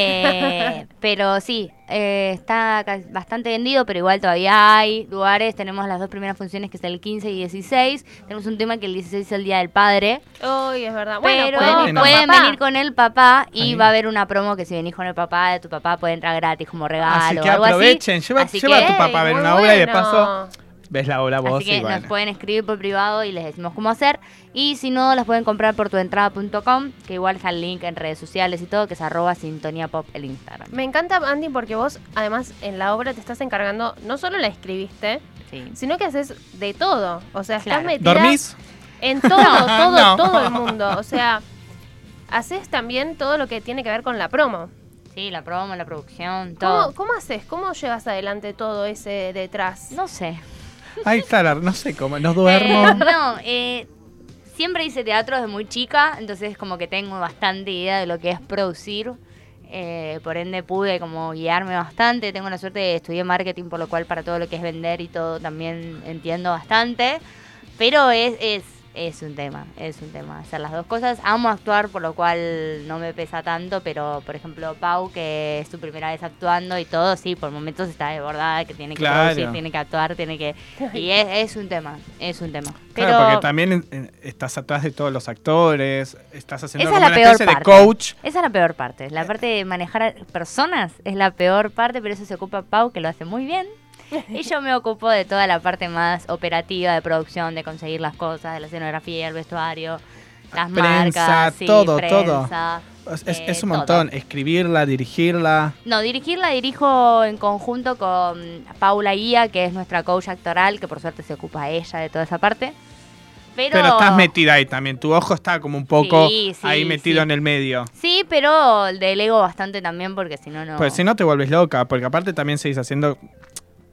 Eh, pero sí, eh, está ca- bastante vendido, pero igual todavía hay lugares. Tenemos las dos primeras funciones, que es el 15 y 16. Tenemos un tema que el 16 es el Día del Padre. no- Uy, es verdad. bueno, pero pueden pueden, ir ir con pueden papá. venir con el papá y Ahí. va a haber una promo que si venís con el papá de tu papá puede entrar gratis como regalo Así que o algo así. aprovechen, lleva- Así lleva a tu que- papá a ver Muy una obra y de bueno. paso- ves la obra vos Así que y bueno. nos pueden escribir por privado y les decimos cómo hacer. Y si no, las pueden comprar por tuentrada.com, que igual está el link en redes sociales y todo, que es arroba sintonía pop el Instagram. Me encanta, Andy, porque vos, además, en la obra te estás encargando, no solo la escribiste, Sí. sino que haces de todo. O sea, estás Claro. metida ¿Dormís? en todo, todo, no. todo el mundo. O sea, haces también todo lo que tiene que ver con la promo. Sí, la promo, la producción, ¿Cómo, todo. cómo haces? ¿Cómo llevas adelante todo ese detrás? No sé. Ahí está, la- no sé cómo, nos Eh, duermo. no, eh, siempre hice teatro desde muy chica, entonces como que tengo bastante idea de lo que es producir. eh, por ende pude como guiarme bastante. Tengo la suerte de estudiar marketing, por lo cual para todo lo que es vender y todo también entiendo bastante. Pero es, es, es un tema, es un tema hacer las dos cosas. Amo actuar, por lo cual no me pesa tanto, pero por ejemplo Pau, que es su primera vez actuando y todo, sí, por momentos está desbordada, que tiene que Claro. producir, tiene que actuar, tiene que... Y es, es un tema, es un tema. Pero Claro, porque también en- en- estás atrás de todos los actores, estás haciendo esa es como una la peor especie parte. de coach. Eh. Esa es la peor parte. La parte de manejar a personas es la peor parte, pero eso se ocupa Pau, que lo hace muy bien. Y yo me ocupo de toda la parte más operativa de producción, de conseguir las cosas, de la escenografía, el vestuario, las Prensa, marcas, sí, todo, prensa, Es, es- eh, es un todo. montón, escribirla, dirigirla. No, dirigirla dirijo en conjunto con Paula Guía, que es nuestra coach actoral, que por suerte se ocupa ella de toda esa parte. Pero, Pero estás metida ahí también, tu ojo está como un poco Sí, sí, ahí metido sí. en el medio. Sí, pero delego bastante también porque si no, no. Pues si no te vuelves loca, porque aparte también seguís haciendo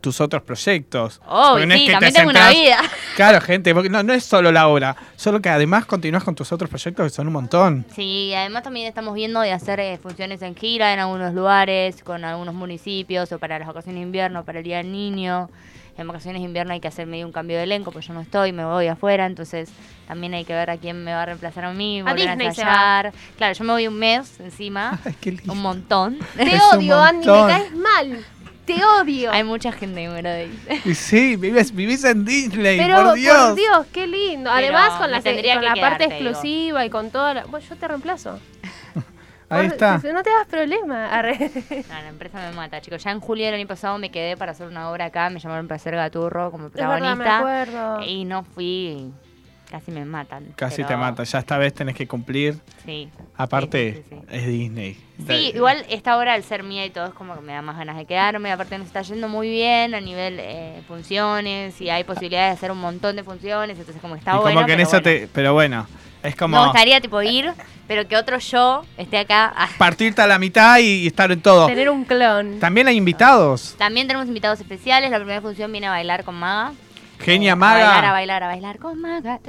tus otros proyectos. Oh, Porque no es sí, que te también tengo una sentás- vida. Claro, gente, porque no, no es solo la obra, solo que además continúas con tus otros proyectos que son un montón. Sí, además también estamos viendo de hacer eh, funciones en gira en algunos lugares, con algunos municipios, o para las vacaciones de invierno, para el Día del Niño. En vacaciones de invierno hay que hacer medio un cambio de elenco, pues yo no estoy, me voy afuera, entonces también hay que ver a quién me va a reemplazar a mí, volver a, Disney se ensayar. Claro, yo me voy un mes encima, Ay, qué lindo. un montón. Te Es un odio, Andy, me montón. caes mal. Te odio. hay mucha gente que me lo dice. Y sí, vives, vivís en Disney, Pero por Dios. Dios, qué lindo. Además, Pero con la, me tendría con que la parte quedarte, digo. exclusiva y con toda la. Bueno, yo te reemplazo. Ahí Por- está. si No te das problema. Arre. No, la empresa me mata, chicos. Ya en julio del año pasado me quedé para hacer una obra acá, me llamaron para hacer Gaturro como Es verdad, me protagonista. acuerdo. Y no fui, casi me matan. Casi pero te mata. Ya esta vez tenés que cumplir. Sí. Aparte, Sí, sí, sí. es Disney. Sí, igual esta obra al ser mía y todo es como que me da más ganas de quedarme. Aparte nos está yendo muy bien a nivel eh, funciones y hay posibilidades de hacer un montón de funciones, entonces como que está Y bueno. como que en pero esa bueno. te. Pero bueno, es como. Me gustaría tipo ir, pero que otro yo esté acá. Ah, Partirte a la mitad y, y estar en todo. Tener un clon. También hay invitados. También tenemos invitados especiales. La primera función viene a bailar con Maga. Eh, Genia a bailar, a Maga. bailar, a bailar con Maga.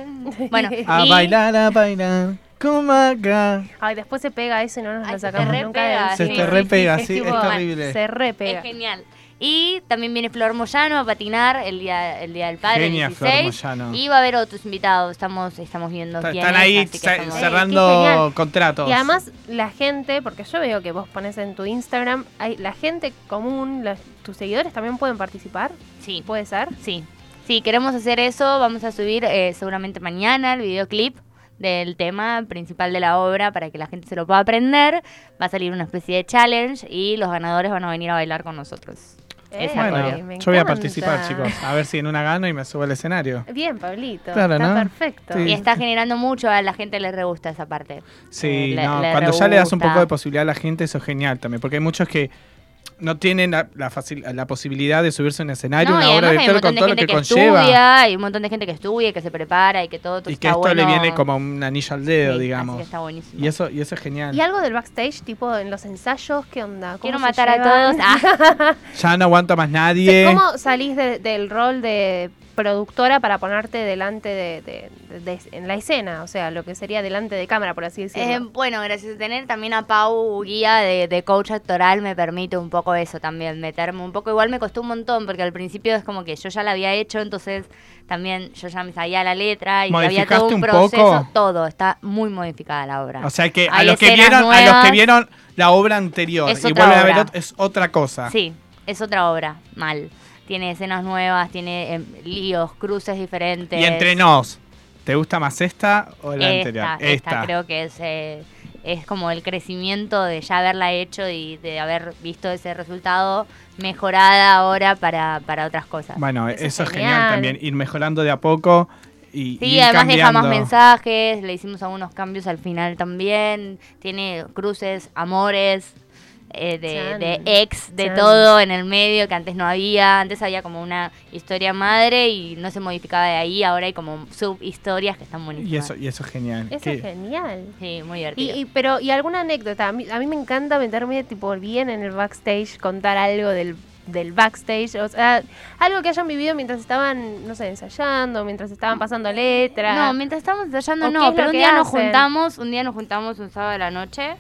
Bueno, A y- bailar, a bailar. Con Maga. Ay, después se pega eso y no nos Ay, lo se te sacamos re nunca. pega, de Se sí, te encima. sí, repega, sí, es sí, tipo- es bueno, terrible. Se re pega. Es genial. Y también viene Flor Moyano a patinar el día, el día del padre, el Genia, Flor 16. Moyano. Y va a haber otros invitados. Estamos, estamos viendo Está- quién Están es, ahí así que ce- estamos- Qué cerrando genial. contratos. Y además la gente, porque yo veo que vos pones en tu Instagram, hay, la gente común, los- tus seguidores también pueden participar, Sí, puede ser. sí. Sí, queremos hacer eso. Vamos a subir eh, seguramente mañana el videoclip del tema principal de la obra para que la gente se lo pueda aprender. Va a salir una especie de challenge y los ganadores van a venir a bailar con nosotros. Eh, Bueno, me yo voy a encanta. participar, chicos. A ver si en una gano y me subo al escenario. Eh, Bien, Pablito. Claro, está ¿no? perfecto. Sí. Y está generando mucho, a la gente le re gusta esa parte. Sí, Eh, le- no, le cuando ya le das un gusta. poco de posibilidad a la gente, eso es genial también. Porque hay muchos que no tienen la, la facil- la posibilidad de subirse a un escenario, No, y una obra además de hay un teatro con montón de todo lo gente que, que, conlleva. estudia, hay un montón de gente que estudia, y que se prepara y que todo y que está esto le bueno. viene como una anillo al Sí, dedo, así que digamos. está buenísimo. Y eso, y eso es genial. Y algo del backstage, tipo en los ensayos, ¿qué onda? ¿Cómo Quiero se matar a llevan? todos. Ah, Ya no aguanto más nadie. ¿Cómo salís de- del rol de productora para ponerte delante de, de- de- de- en la escena? O sea, lo que sería delante de cámara, por así eh, decirlo. bueno, gracias a tener también a Pau guía de, de coach actoral me permite un poco eso también, meterme un poco. Igual me costó un montón porque al principio es como que yo ya la había hecho, entonces también yo ya me sabía la letra y había todo ¿Modificaste un, un poco? proceso. Todo está muy modificada la obra. O sea que a Hay los que, escenas vieron, a los que nuevas. vieron la obra anterior Es y otra vuelven a ver obra. ot- es otra cosa. Sí, es otra obra, mal. Tiene escenas nuevas, tiene em, líos, cruces diferentes. Y entre nos, ¿te gusta más esta o la anterior? esta, esta, creo que es, eh, es como el crecimiento de ya haberla hecho y de haber visto ese resultado mejorada ahora para, para otras cosas. Bueno, Eso eso, es es genial. genial. también, ir mejorando de a poco y y Sí, ir además deja más cambiando. mensajes, le hicimos algunos cambios al final también, tiene cruces, amores, eh, de, Chan. de ex, de Chan. todo en el medio que antes no había, antes había como una historia madre y no se modificaba de ahí, ahora hay como subhistorias que están buenísimas. Y eso, y eso es genial. Eso Que- es genial. Sí, muy Y, divertido. y- pero, ¿y alguna anécdota? A mí, a mí me encanta meterme tipo bien en el backstage, contar algo del, del backstage, o sea, algo que hayan vivido mientras estaban, no sé, ensayando, mientras estaban pasando letra. No, mientras estamos ensayando ¿O qué es no, lo pero un que día nos hacen? juntamos, un día nos juntamos un sábado de la noche,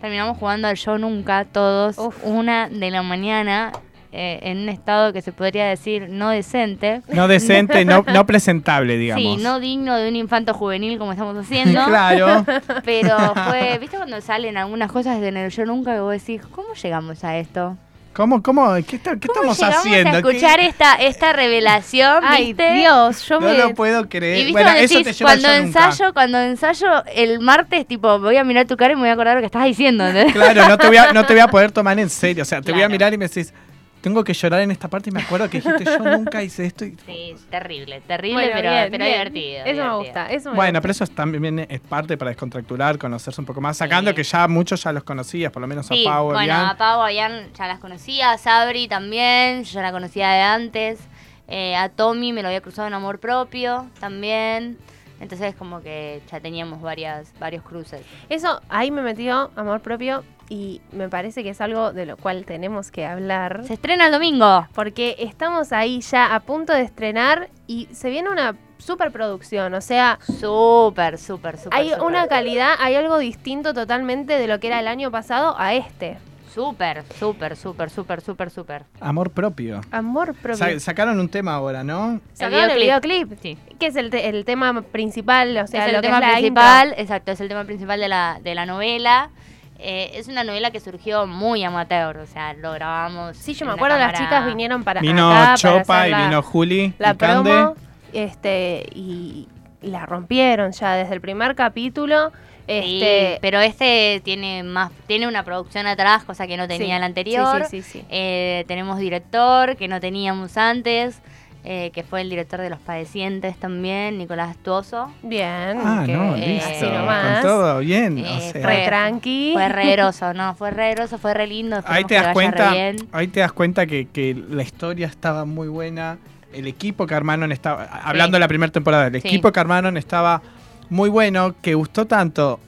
terminamos jugando al yo nunca todos, Uf. una de la mañana, eh, en un estado que se podría decir no decente. No decente, no, no presentable, digamos. Sí, no digno de un infanto juvenil como estamos haciendo, claro. pero fue, ¿viste cuando salen algunas cosas en el yo nunca que vos decís, ¿cómo llegamos a esto? ¿Cómo, cómo, qué, está- qué ¿Cómo estamos llegamos haciendo? a ¿Qué- escuchar esta esta revelación, Ay, viste? Dios, yo No me... lo puedo Y creer. viste Eh, Bueno, cuando eso decís, te lleva al cuando yo nunca. ensayo, cuando ensayo el martes, tipo, voy a mirar tu cara y me voy a acordar lo que estás diciendo. ¿entendés? Claro, no te, voy a, no te voy a poder tomar en serio. O sea, te voy a Claro. mirar y me decís, tengo que llorar en esta parte y me acuerdo que dijiste, yo nunca hice esto. y- Sí, terrible, terrible, Bueno, pero, bien, pero bien. divertido. Eso me divertido. gusta, eso me Bueno, gusta. pero eso es también es parte para descontracturar, conocerse un poco más, sacando Sí. que ya muchos ya los conocías, por lo menos Sí, a Pau, bueno, Bian. a Pau, a Ian ya las conocía, a Sabri también, yo ya la conocía de antes. eh, a Tommy me lo había cruzado en Amor Propio también. Entonces, como que ya teníamos varias, varios cruces. Eso ahí me metió amor propio y me parece que es algo de lo cual tenemos que hablar. Se estrena el domingo. Porque estamos ahí ya a punto de estrenar y se viene una superproducción, o sea, Súper, súper, súper. hay súper. una calidad, hay algo distinto totalmente de lo que era el año pasado a este. Súper, súper, súper, súper, súper, súper. Amor propio. Amor propio. Sa- sacaron un tema ahora, ¿no? Sacaron el videoclip, Sí. que es el, te- el tema principal, o sea, es el lo que tema es la principal, intro. exacto, es el tema principal de la, de la novela. Eh, es una novela que surgió muy amateur, o sea, lo grabamos. Sí, yo en me una acuerdo, las cámara. chicas vinieron para Vino acá para Chopa hacer y la- vino Juli. la y Cande. promo este y la rompieron ya desde el primer capítulo. Sí, Este, pero este tiene más tiene una producción atrás, cosa que no tenía Sí, el anterior. sí, sí, sí, sí. Eh, tenemos director que no teníamos antes, eh, que fue el director de Los Padecientes también, Nicolás Tuoso. Bien. Ah, que, no, eh, listo. Así nomás. Con todo bien. o Eh, sea, Re tranqui. Fue re eroso, no, fue re eroso, fue re lindo. ahí esperemos te que das le vaya re cuenta, bien. ahí te das cuenta que, que la historia estaba muy buena. El equipo que armaron estaba, hablando de la primera temporada, el Sí. equipo que armaron estaba muy bueno, que gustó tanto,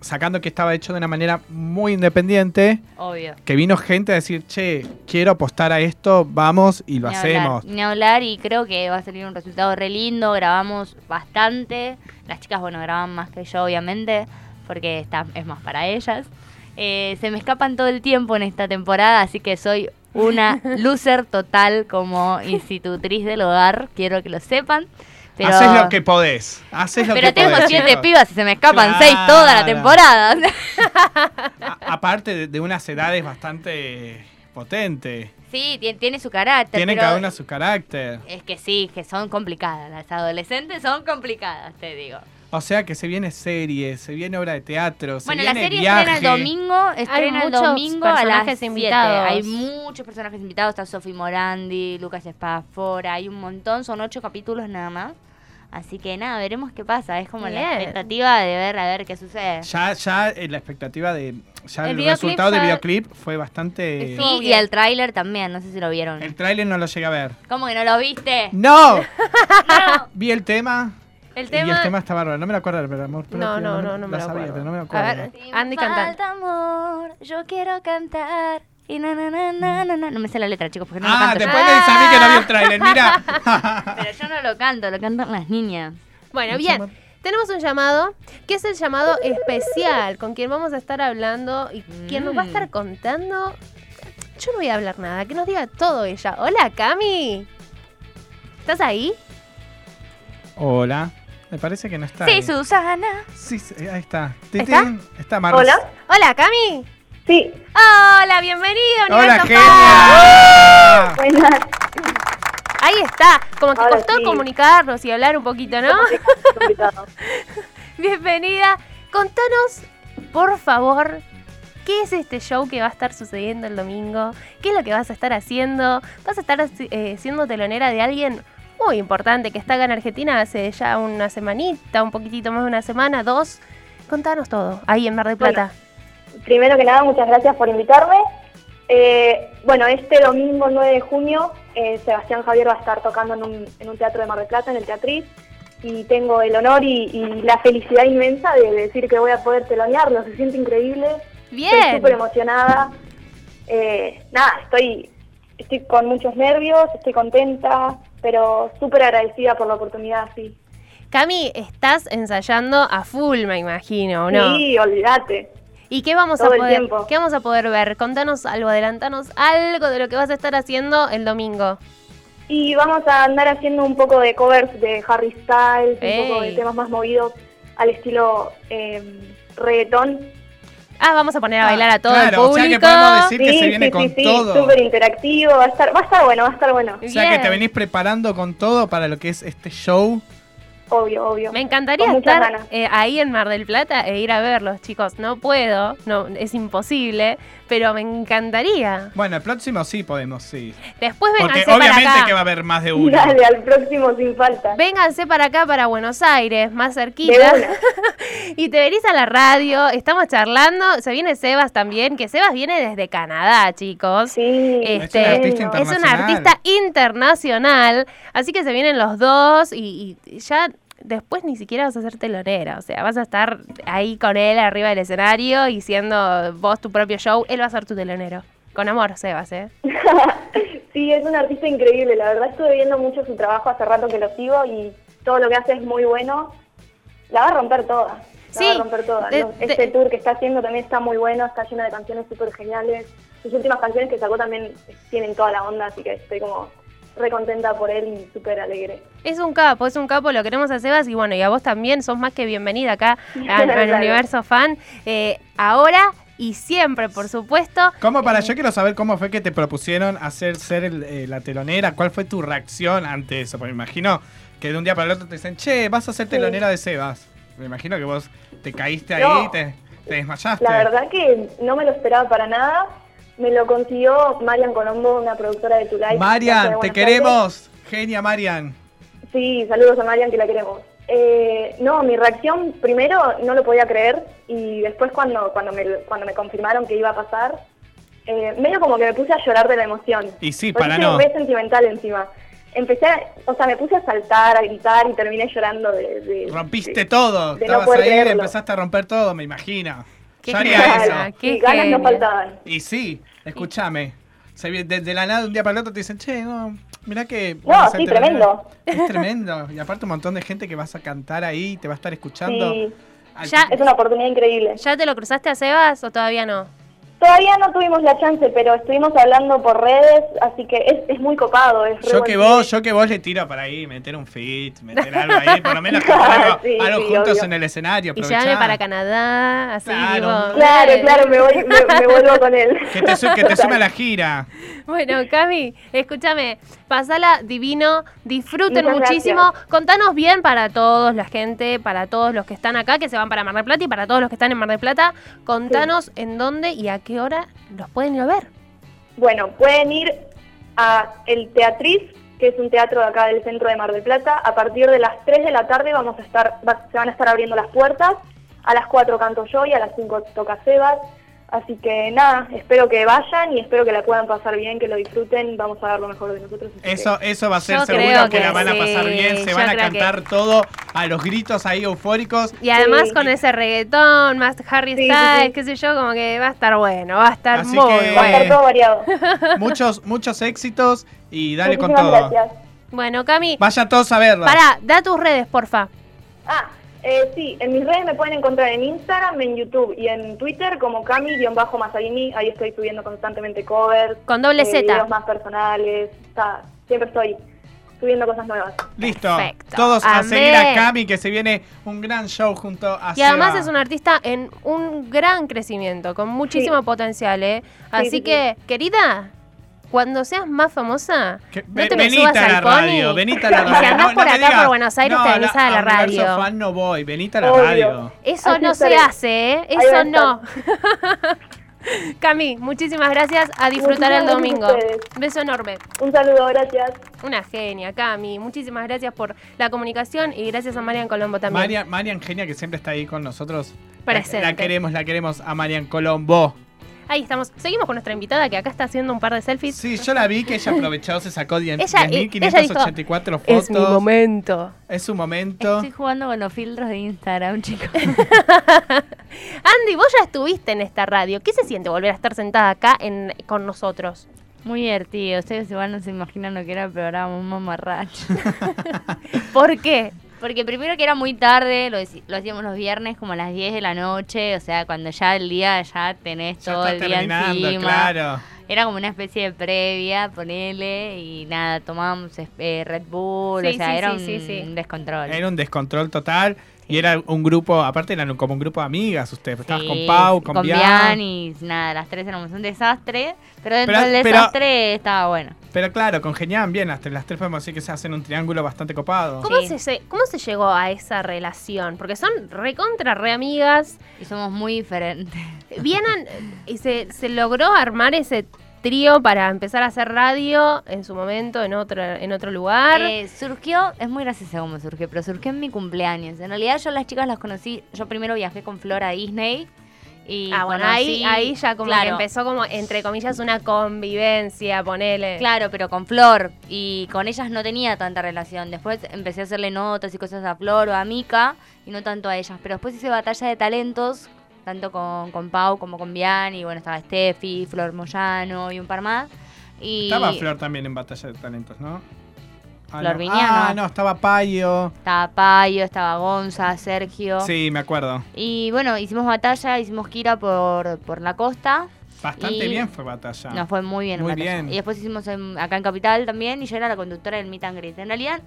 sacando que estaba hecho de una manera muy independiente, Obvio. que vino gente a decir, che, quiero apostar a esto, vamos y lo Ni hablar, hacemos. ni hablar y creo que va a salir un resultado re lindo. Grabamos bastante. Las chicas, bueno, graban más que yo, obviamente, porque está, es más para ellas. Eh, se me escapan todo el tiempo en esta temporada, así que soy una loser total como institutriz del hogar, quiero que lo sepan. Pero, Haces lo que podés. Haces lo pero que tengo podés, siete chicos. pibas y se me escapan seis Claro. toda la temporada. A- aparte de, de unas edades bastante potentes. sí, tie- tiene su carácter. Tienen pero- cada una su carácter. Es que sí, que son complicadas. Las adolescentes son complicadas, te digo. O sea que se viene serie, se viene obra de teatro, se bueno, la viene serie viaje. estrena el domingo. Estrena el muchos domingo a las personajes 7. invitados. Hay muchos personajes invitados. Está Sofi Morandi, Lucas Espafora. Hay un montón. Son ocho capítulos nada más. Así que nada, veremos qué pasa. Es como la Bien. expectativa de ver a ver qué sucede. Ya, ya eh, la expectativa de. Ya El el, videoclip resultado del fue- videoclip fue bastante. Estuvo- Sí, y bien. el tráiler también. No sé si lo vieron. El tráiler no lo llegué a ver. ¿Cómo que no lo viste? ¡No! Vi el tema. El Y el tema. tema está bárbaro. No me lo acuerdo, pero amor. propio, No, no, no, no me lo lo sabía, acuerdo. pero no me lo A acuerdo. ver, Si Andy me falta cantando. amor, yo quiero cantar. Y na, na, na, na, na, na. No me sé la letra, chicos, porque no lo ah, canto. yo. después le dices a mí que no vi el tráiler, mira. Pero yo no lo canto, lo cantan las niñas. Bueno, Un bien. llamado. Tenemos un llamado, que es el llamado especial, con quien vamos a estar hablando y quien nos va a estar contando. Yo no voy a hablar nada, que nos diga todo ella. Hola, Cami. ¿Estás ahí? Hola. Me parece que no está. Sí, ahí. Susana. Sí, sí, ahí está. ¿Está? Titín, Está Marcos. Hola. Hola, Cami. Sí, Hola, bienvenida, Hola, Ah. Universo genia. buenas. Pop. Ahí está. Como que Ahora costó sí. comunicarnos y hablar un poquito, ¿no? Complicado. Bienvenida. Contanos, por favor, qué es este show que va a estar sucediendo el domingo, qué es lo que vas a estar haciendo. Vas a estar eh, siendo telonera de alguien muy importante que está acá en Argentina hace ya una semanita, un poquitito más de una semana, dos. Contanos todo, ahí en Mar del Plata. Primero que nada, muchas gracias por invitarme. Eh, bueno, este domingo 9 de junio, eh, Sebastián Javier va a estar tocando en un, en un teatro de Mar del Plata, en el Teatriz, y tengo el honor y, y la felicidad inmensa de decir que voy a poder telonearlo, se siente increíble, estoy Bien. súper emocionada. Eh, nada, estoy, estoy con muchos nervios, estoy contenta, pero súper agradecida por la oportunidad, sí. Cami, estás ensayando a full, me imagino, ¿o no? Sí, olvídate. ¿Y qué vamos, a Todo el poder, tiempo. qué vamos a poder ver? Contanos algo, adelantanos algo de lo que vas a estar haciendo el domingo. Y vamos a andar haciendo un poco de covers de Harry Styles, un poco de Ey. temas más movidos al estilo eh, reggaetón. Ah, vamos a poner a bailar a todo el claro, público. O sea que podemos decir que se viene sí, con sí, todo. súper interactivo, va a estar, va a estar bueno, va a estar bueno, O sea que te Bien. venís preparando con todo para lo que es este show. obvio, obvio. Me encantaría Con muchas estar ganas. eh, ahí en Mar del Plata e ir a verlos, chicos. No puedo, no es imposible, pero me encantaría. Bueno, el próximo sí podemos, sí. Después Porque vénganse para obviamente acá. que va a haber más de uno. Dale, al próximo sin falta. Vénganse para acá, para Buenos Aires, más De cerquita. una. Y te venís a la radio, estamos charlando. Se viene Sebas también, que Sebas viene desde Canadá, chicos. Sí, Este, Es un artista bueno. Es un Internacional. artista internacional, así que se vienen los dos y, y ya después ni siquiera vas a ser telonera, o sea, vas a estar ahí con él arriba del escenario y siendo vos tu propio show, él va a ser tu telonero. Con amor, Sebas, ¿eh? Sí, es un artista increíble, la verdad estuve viendo mucho su trabajo hace rato que lo sigo y todo lo que hace es muy bueno. La va a romper toda. La Sí, va a romper toda. de- Los- de- este tour que está haciendo también está muy bueno, está lleno de canciones súper geniales. Sus últimas canciones que sacó también tienen toda la onda, así que estoy como re contenta por él y súper alegre. Es un capo, es un capo, lo queremos a Sebas y bueno, y a vos también, sos más que bienvenida acá a- al Claro. Universo Fan. Eh, ahora y siempre, por supuesto. ¿Cómo para yo quiero saber cómo fue que te propusieron hacer ser el- eh, la telonera? ¿Cuál fue tu reacción ante eso? Porque me imagino Que de un día para el otro te dicen, che, vas a ser telonera de Sebas. Me imagino que vos te caíste ahí, No. te, te desmayaste. La verdad que no me lo esperaba para nada. Me lo consiguió Marian Colombo, una productora de Tulay. Marian, de te Buenos queremos. Genia, Marian. Aires. Sí, saludos a Marian, que la queremos. Eh, no, mi reacción primero no lo podía creer y después cuando, cuando, me, cuando me confirmaron que iba a pasar, eh, medio como que me puse a llorar de la emoción. Y sí, Porque para soy no. re sentimental encima. Empecé, a- o sea, me puse a saltar, a gritar y terminé llorando de... de- Rompiste de- todo. de no Estabas poder ahí, creerlo. empezaste a romper todo, me imagino. Qué Yo genial. haría eso. Ah, Qué Y ganas genia. no faltaban. Y sí, escúchame. Se vi- de, de la nada, de un día para el otro, te dicen, che, no, mirá que. No, vas a sí, ser telonera". tremendo. Es tremendo. Y aparte, un montón de gente que vas a cantar ahí, te va a estar escuchando. Sí, Al- Ya- es una oportunidad increíble. Ah, ¿Ya te lo cruzaste a Sebas o todavía no? Todavía no tuvimos la chance, pero estuvimos hablando por redes, así que es, es muy copado. Es re Yo buen que pibe. vos, yo que vos le tiro para ahí, meter un fit, meter algo ahí, por lo menos cantar algo, Sí, algo sí, juntos obvio. en el escenario. Y aprovechá. llévame para Canadá, así Claro. tipo, Claro, dale. claro, me, voy, me, me vuelvo con él. Que te, su- que te sume a la gira. Bueno, Cami, escúchame, pasala divino, disfruten Muchas muchísimo, contanos bien para todos la gente, para todos los que están acá, que se van para Mar del Plata y para todos los que están en Mar del Plata, contanos en dónde y a qué hora los pueden ir a ver. Bueno, pueden ir a El Teatriz, que es un teatro de acá del centro de Mar del Plata. A partir de las 3 de la tarde vamos a estar, va- se van a estar abriendo las puertas. A las 4 canto yo y a las 5 toca Sebas. Así que nada, espero que vayan y espero que la puedan pasar bien, que lo disfruten. Vamos a dar lo mejor de nosotros. así que- Eso, eso va a ser Yo seguro creo que, que la van a pasar sí, bien, se yo van a creo que- cantar todo a los gritos ahí eufóricos. Y además Sí. con ese reggaetón, más Harry Sí, sí, Styles, sí. qué sé yo, como que va a estar bueno, va a estar Así muy que- Va a bueno. estar todo variado. Muchos, muchos éxitos y dale con Muchísimas todo. gracias. Bueno, Cami, Vayan todos a verla. pará, da tus redes, porfa. Ah, eh, sí, en mis redes me pueden encontrar en Instagram, en YouTube y en Twitter como Cami-Masarini. Ahí estoy subiendo constantemente covers. Con doble Z. Videos más personales. Está, siempre estoy subiendo cosas nuevas. Listo. Perfecto. Todos a Amén. seguir a Cami que se viene un gran show junto Ah, a Y además Seba. es un artista en un gran crecimiento, con muchísimo potencial, ¿eh? Así sí, sí. que, querida, cuando seas más famosa, Que- no ve- te me venite subas a la al radio, pony. venite a la Y si radio. andás por te acá, digas, por Buenos Aires, te venís a la Universo radio. fan no voy, venite a la Obvio. radio. Eso Así no se estaré. hace, ¿eh? Ahí voy a Eso no. Cami, muchísimas gracias. A disfrutar el Muchísimas domingo. gracias a ustedes. Beso enorme. Un saludo, gracias. Una genia, Cami. Muchísimas gracias por la comunicación y gracias a Marian Colombo también. Marian, Marian Genia que siempre está ahí con nosotros. La- Presente. La queremos, la queremos a Marian Colombo. Ahí estamos. Seguimos con nuestra invitada que acá está haciendo un par de selfies. Sí, yo la vi que ella aprovechó, se sacó 10 Ella- 10.584 fotos. Es mi momento. Es su momento. Estoy jugando con los filtros de Instagram, chicos. Andy, vos ya estuviste en esta radio. ¿Qué se siente volver a estar sentada acá en- con nosotros? Muy divertido. Ustedes igual no se imaginan lo que era el programa, un mamarracho. ¿Por qué? Porque primero que era muy tarde, lo, heci- lo hacíamos los viernes como a las 10 de la noche, o sea, cuando ya el día ya tenés Ya todo está el día terminando, encima. claro. Era como una especie de previa, ponele, y nada, tomábamos es- eh, Red Bull, Sí, o sea, sí, era sí, un sí, sí. descontrol. Era un descontrol total. Y era un grupo, aparte eran como un grupo de amigas ustedes. Estabas Sí, con Pau, con, Bian. y nada, las tres éramos un desastre, pero dentro Pero- del pero- desastre estaba bueno. Pero claro, con Genian, bien, hasta las tres podemos decir que se hacen un triángulo bastante copado. ¿Cómo, Sí. se- se, ¿Cómo se llegó a esa relación? Porque son recontra, re amigas. Y somos muy diferentes. Vienen y se, se logró armar ese trío para empezar a hacer radio en su momento, en otro, en otro lugar. Eh, surgió, es muy gracioso cómo surgió, pero surgió en mi cumpleaños. En realidad yo las chicas las conocí, yo primero viajé con Flora a Disney. Y ah, bueno, conocí- ahí, ahí ya como que claro, empezó como, entre comillas, una convivencia, ponele. Claro, pero con Flor. Y con ellas no tenía tanta relación. Después empecé a hacerle notas y cosas a Flor o a Mica y no tanto a ellas. Pero después hice batalla de talentos, tanto con, con Pau como con Bian. Y bueno, estaba Steffi, Flor Moyano y un par más. Y Estaba Flor también en Batalla de Talentos, ¿no? Ah, Flor no. Viñano. Ah, no, estaba Payo. Estaba Payo, estaba Gonza, Sergio. Sí, me acuerdo. Y bueno, hicimos batalla, hicimos gira por, por la costa. Bastante Y- bien fue Batalla. Nos fue muy bien en Muy batalla. bien. Y después hicimos en- acá en Capital también y yo era la conductora del Meet and Greet. En realidad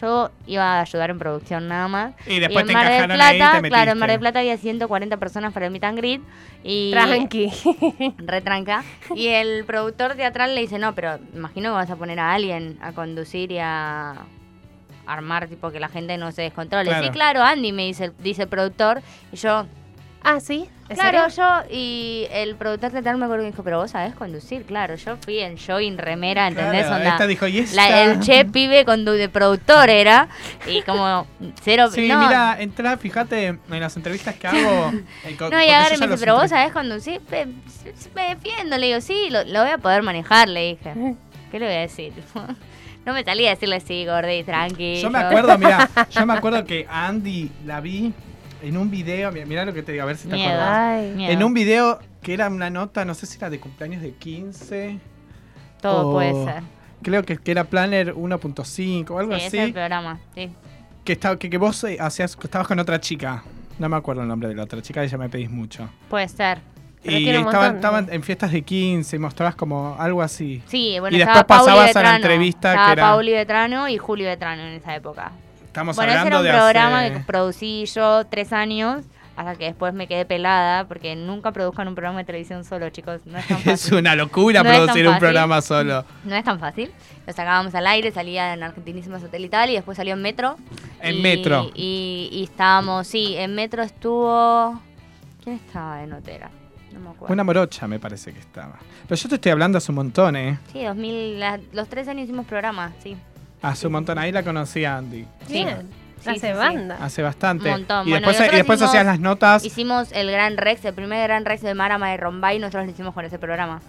yo iba a ayudar en producción nada más. Y después en te Mar del encajaron ahí y te Plata, metiste. claro, en Mar del Plata había 140 personas para el Meet and Greet. Y Tranqui. Retranca. Y el productor teatral le dice, no, pero imagino que vas a poner a alguien a conducir y a, a armar, tipo, que la gente no se descontrole. Claro. Sí, claro, Andy me dice, el- dice el productor, y yo, Ah, sí. ¿En claro, serio? yo, y el productor de tal me acuerdo que dijo, pero vos sabés conducir, claro, yo fui en jogging remera, ¿entendés? Claro, Onda, esta dijo, "Y la- esta". el che pibe con du- de productor era, y como cero, Sí, no, mira, entra, fíjate en las entrevistas que hago. eh, co- No, y porque yo agarre y ya me dice, los pero vos entrevisté. sabés conducir, me, me defiendo, le digo, sí, lo, lo voy a poder manejar, le Eh. dije. ¿Qué le voy a decir? no me salía a decirle sí, gordi, tranqui. Yo me acuerdo, mira, yo me acuerdo que a Andy la vi en un video, mira, lo que te digo, a ver si te Miedo. acordás. Ay, Miedo. En un video que era una nota, no sé si era de cumpleaños de 15. Todo o- puede ser. Creo que, que era Planner 1.5 o algo Sí, ese es el así. programa, sí. Que, estaba, que, que vos eh, hacías, que estabas con otra chica. No me acuerdo el nombre de la otra chica, ella me pedís mucho. Puede ser. Pero y tiene un estaban, montón. estaban en fiestas de 15 y mostrabas como algo así. Sí, bueno, Y después estaba Pauli pasabas a la Vetrano, entrevista que estaba era- Pauli Vetrano y Julio Vetrano en esa época. Estamos bueno, ese era hablando un de programa hace- que producí yo tres años, hasta que después me quedé pelada, porque nunca produjo en un programa de televisión solo, chicos. No es tan fácil. Es una locura No es tan producir un fácil. programa solo. No es tan fácil. Lo sacábamos al aire, salía en Argentinísima Satelital y después salió en Metro. En Y- Metro. Y, y estábamos, sí, en Metro estuvo. ¿Quién estaba de notera? No me acuerdo. Una morocha me parece que estaba. Pero yo te estoy hablando hace un montón, ¿eh? Sí, 2000, la- los tres años hicimos programa, sí. Hace un montón. Ahí la conocí a Andy. Bien. Sí, Hace sí, sí. banda. Hace bastante. Un montón. Y Bueno, después, nosotros y después hicimos- hacías las notas. Hicimos el Gran Rex, el primer Gran Rex de Marama de Rombay, nosotros lo hicimos con ese programa.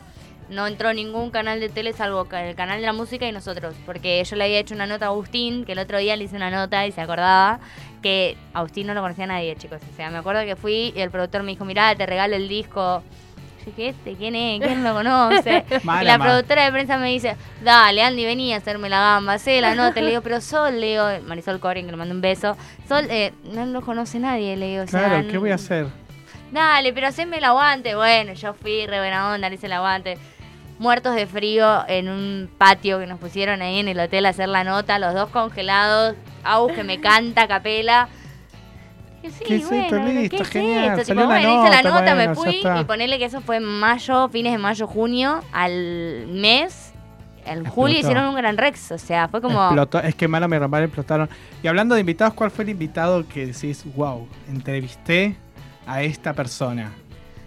No entró ningún canal de tele salvo ca- el canal de la música y nosotros, porque yo le había hecho una nota a Agustín, que el otro día le hice una nota y se acordaba que Agustín no lo conocía a nadie, chicos. O sea, me acuerdo que fui y el productor me dijo, mirá, te regalo el disco. Yo dije, ¿este quién es? ¿Quién lo conoce? Y la Marama. productora de prensa me dice, dale, Andy, vení a hacerme la gamba, hacé la nota. Le digo, pero Sol, le digo, Marisol Corin, que le mando un beso. Sol, eh, no lo conoce nadie, le digo. o sea, Claro, ¿qué no- voy a hacer? Dale, pero haceme el aguante. Bueno, yo fui re buena onda, le hice el aguante. Muertos de frío en un patio que nos pusieron ahí en el hotel a hacer la nota, los dos congelados, Agus que me canta a capela. Y Sí, ¿Qué es esto? Listo, ¿qué es genial, esto? Tipo, salió una bueno, hice la nota, nota, me bueno, ya fui está. y ponele que eso fue en mayo, fines de mayo, junio, al mes, en julio Explotó. hicieron un gran rex, o sea, fue como... Explotó. Es que Mala me romper explotaron. Y hablando de invitados, ¿cuál fue el invitado que decís, wow, entrevisté a esta persona?